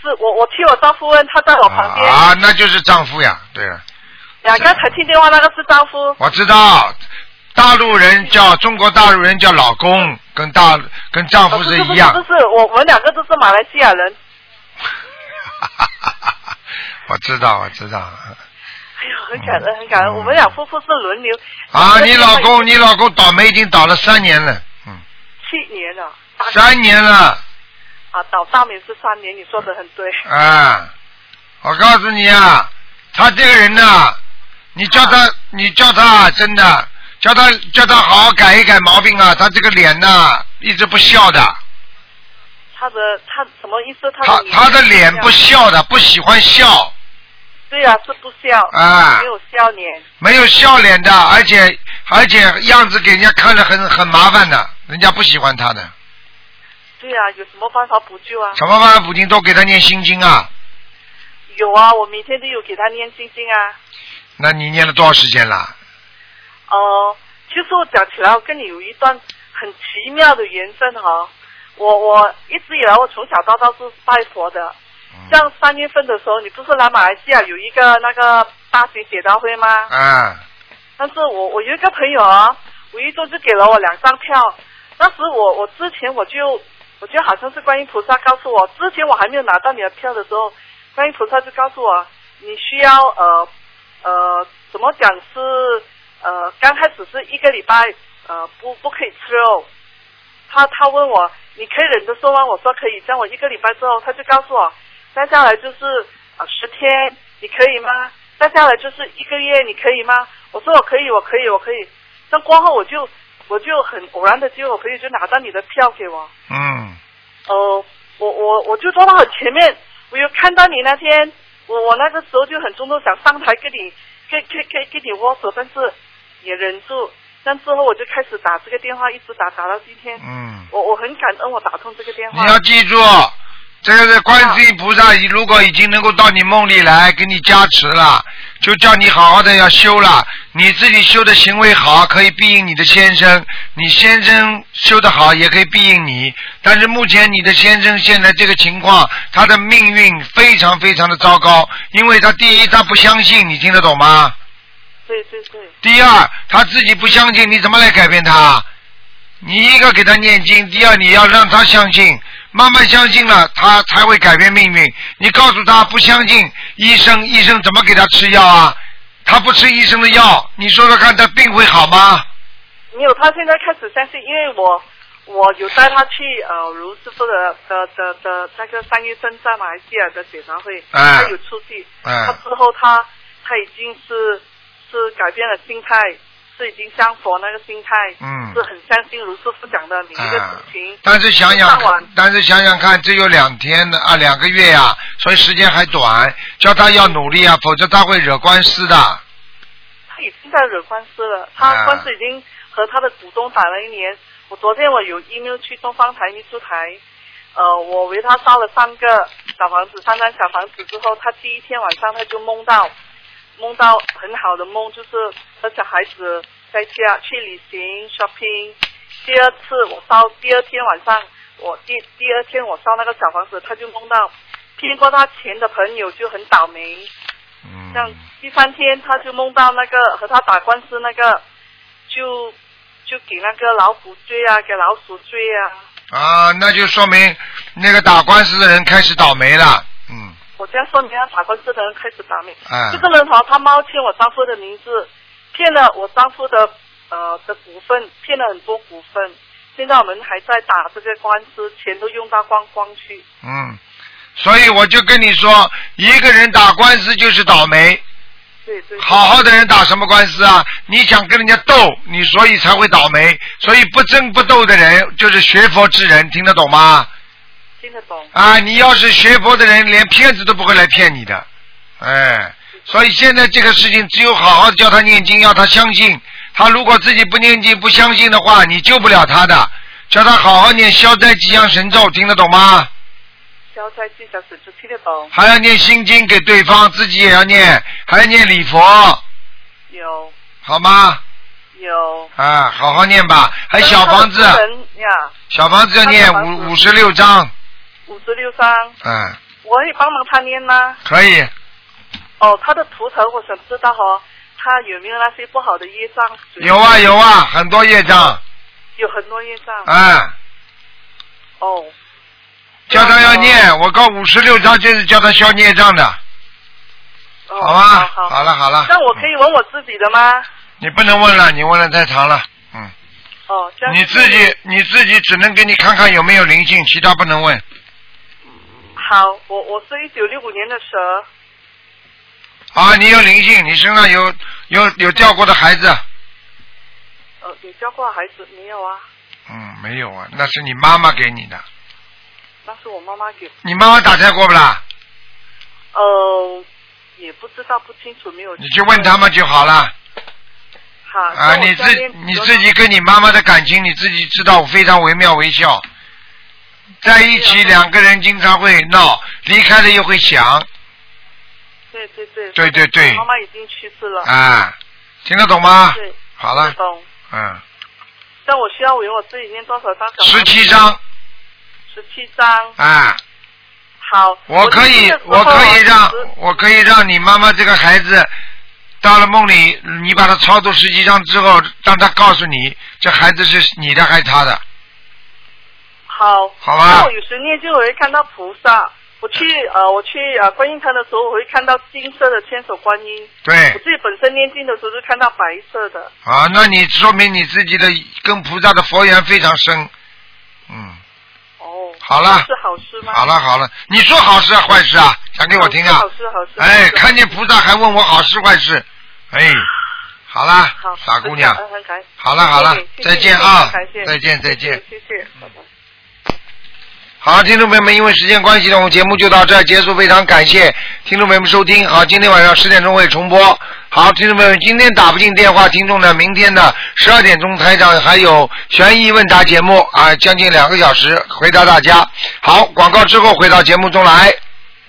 S16: 是我我替我丈夫问，他在我旁边。
S1: 啊，那就是丈夫呀，对了。
S16: 呀，刚才听电话那个是丈夫。
S1: 我知道，大陆人叫中国大陆人叫老公，跟大跟丈夫
S16: 不
S1: 是
S16: 不
S1: 一
S16: 是不
S1: 样。
S16: 是，我我们两个都是马来西亚人。
S1: 我知道，我知道。啊
S16: 哎呦，很
S1: 嗯
S16: 感恩，很感恩，我们俩夫妇是轮流。
S1: 啊，你老公，你老公倒霉已经倒了三年了，
S16: 七年了。
S1: 三年了
S16: 啊，倒大霉是三年，你说的很对。
S1: 啊！我告诉你啊，他这个人呐、你叫他，你叫他，啊真的叫他叫他好好改一改毛病啊！他这个脸呐、一直不笑的，
S16: 他的他什么意思？他
S1: 他
S16: 的
S1: 他的脸不
S16: 笑。
S1: 笑的，不喜欢笑。
S16: 对啊，是不笑。
S1: 啊
S16: 没有笑脸。
S1: 没有笑脸的，而且而且样子给人家看着很很麻烦的，人家不喜欢他的。
S16: 对啊，有什么办法补救啊？
S1: 什么办法补丁都给他念心经啊？
S16: 有啊，我每天都有给他念心经啊。
S1: 那你念了多少时间了？
S16: 哦、其实我讲起来，我跟你有一段很奇妙的缘分哈、我我一直以来，我从小到大是拜佛的。像三月份的时候，你不是来马来西亚有一个那个大型解答会吗？
S1: 啊，
S16: 但是我我有一个朋友啊，无意中就给了我两张票。那时我我之前我就我就好像是观音菩萨告诉我，之前我还没有拿到你的票的时候，观音菩萨就告诉我，你需要呃呃怎么讲是呃刚开始是一个礼拜呃不不可以吃肉。他他问我你可以忍着受吗？我说可以。这样我一个礼拜之后，他就告诉我，再下来就是呃十天，你可以吗？再下来就是一个月，你可以吗？我说我可以，我可以，我可以。但过后我就我就很偶然的机会，我朋友就拿到你的票给我。
S1: 嗯，
S16: 哦，我我我就坐到很前面，我有看到你那天，我我那个时候就很冲动想上台跟你跟跟跟跟你握手，但是也忍住。但之后我就开始打这个电话，一直打打到今天。
S1: 嗯，
S16: 我我很感恩我打通这个电话。
S1: 你要记住，这个是观世音菩萨，如果已经能够到你梦里来给你加持了，就叫你好好的要修了。你自己修的行为好，可以庇应你的先生；你先生修的好，也可以庇应你。但是目前你的先生现在这个情况，他的命运非常非常的糟糕，因为他第一他不相信，你听得懂吗？
S16: 对对对，
S1: 第二，他自己不相信，你怎么来改变他？你一个给他念经，第二你要让他相信，慢慢相信了，他才会改变命运。你告诉他不相信医生，医生怎么给他吃药啊？他不吃医生的药，你说说看，他病会好吗？
S16: 没有，他现在开始相信，因为我我有带他去呃卢师傅的的的的那个三月份在马来西亚的检查会，
S1: 哎
S16: 他有出去，
S1: 哎
S10: 嗯
S16: 他之后他他已经是是改变了心态，是已经相佛那个心态，
S1: 嗯
S16: 是很相信卢师傅讲的每一个
S1: 啊
S16: 事情，
S1: 但是想想
S16: 上网，
S1: 但是想想看，只有两天的啊，两个月呀、所以时间还短，叫他要努力啊，否则他会惹官司的。
S16: 他已经在惹官司了，他
S1: 啊
S16: 官司已经和他的股东打了一年。我昨天我有 email 去东方台秘书台，呃，我为他烧了三个小房子，三张小房子之后，他第一天晚上他就梦到，梦到很好的梦，就是和小孩子在家去旅行 shopping。第二次我烧，第二天晚上我第第二天我烧那个小房子，他就梦到骗过他钱的朋友就很倒霉，像第三天他就梦到那个和他打官司那个，就就给那个老虎追啊，给老鼠追啊。
S1: 啊，那就说明那个打官司的人开始倒霉了。
S16: 我这样说，啊你看打官司的人开始打你。
S1: 啊
S16: 这个人哈，他冒签我丈夫的呃名字，骗了我丈夫的呃的股份，骗了很多股份。现在我们还在打这个官司，钱都用到光光去。
S1: 嗯，所以我就跟你说，一个人打官司就是倒霉。
S16: 对对。
S1: 好好的人打什么官司啊？你想跟人家斗，你所以才会倒霉。所以不争不斗的人就是学佛之人，听得懂吗？
S16: 听得懂。
S1: 啊，你要是学佛的人，连骗子都不会来骗你的，哎，所以现在这个事情只有好好地教他念经，要他相信。他如果自己不念经、不相信的话，你救不了他的。叫他好好念消灾吉祥神咒，听得懂吗？
S16: 消灾吉祥神咒听得懂。
S1: 还要念心经给对方，自己也要念，还要念礼佛，
S16: 有
S1: 好吗？
S16: 有。
S1: 啊，好好念吧。还小房子啊
S16: 他，的人呀，
S1: 小房子要念五五十六章，
S16: 五十六张，
S1: 嗯，
S16: 我可以帮忙他念吗？
S1: 可以。
S16: 哦，他的图腾，我想知道哦，他有没有那些不好的业障？
S1: 有啊有啊，，很多业障，
S16: 有很多业障。
S1: 哎、
S16: 哦，
S1: 叫他要念，我告五十六章就是叫他消孽障的，
S16: 哦
S1: 好吧？
S16: 好
S1: 好了好了，
S16: 那我可以问我自己的吗？
S1: 你不能问了，你问了太长了，
S16: 哦，这样
S1: 你
S16: 子
S1: 自己你自己只能给你看看有没有灵性，其他不能问。
S16: 好，我我是一九六五年的蛇，
S1: 啊，你有灵性，你身上有有有掉过的孩子，
S16: 呃，有教过孩子没有啊？
S1: 嗯，没有啊，那是你妈妈给你的，
S16: 那是我妈妈给，
S1: 你妈妈打胎过不啦？
S16: 呃，也不知道不清楚没有。
S1: 你去问他们就好了。
S16: 好
S1: 啊，你自你自己跟你妈妈的感情你自己知道，非常惟妙惟肖。在一起两个人经常会闹，离开了又会想
S16: 对对对
S1: 对对对
S16: 妈妈已经去世了
S1: 啊，听得懂吗？
S16: 对，
S1: 好了，
S16: 懂。
S1: 嗯，
S16: 但我需要为我自己念多少张小？
S1: 17张。
S16: 十七张，
S1: 啊，
S16: 好。
S1: 我可以，我可以让，我可以让你妈妈这个孩子到了梦里，你把他超度十七章之后，让他告诉你，这孩子是你的还是他的？
S16: 好。
S1: 好吧
S16: 那我有时念经，我会看到菩萨。我去呃，我去呃观音堂的时候，我会看到金色的千手观音。
S1: 对
S16: 我自己本身念经的时候就看到白色的。
S1: 啊，那你说明你自己的跟菩萨的佛缘非常深。嗯，
S16: 哦。
S1: 好了
S16: 是好事吗？
S1: 好了好了，你说好事啊坏事啊？讲给我听啊
S16: 好！事好事。
S1: 哎，看见菩萨还问我好事坏事，哎，好啦，啊傻姑娘，
S16: 很感
S1: 好了好了，再见啊，再见再见。
S16: 谢谢，拜拜。
S13: 嗯
S1: 好，听众朋友们，因为时间关系呢，我们节目就到这儿结束。非常感谢听众朋友们收听。好，今天晚上十点钟会重播。好，听众朋友们，今天打不进电话，听众呢，明天呢十二点钟台长还有悬疑问答节目啊，将近两个小时回答大家。好，广告之后回到节目中来。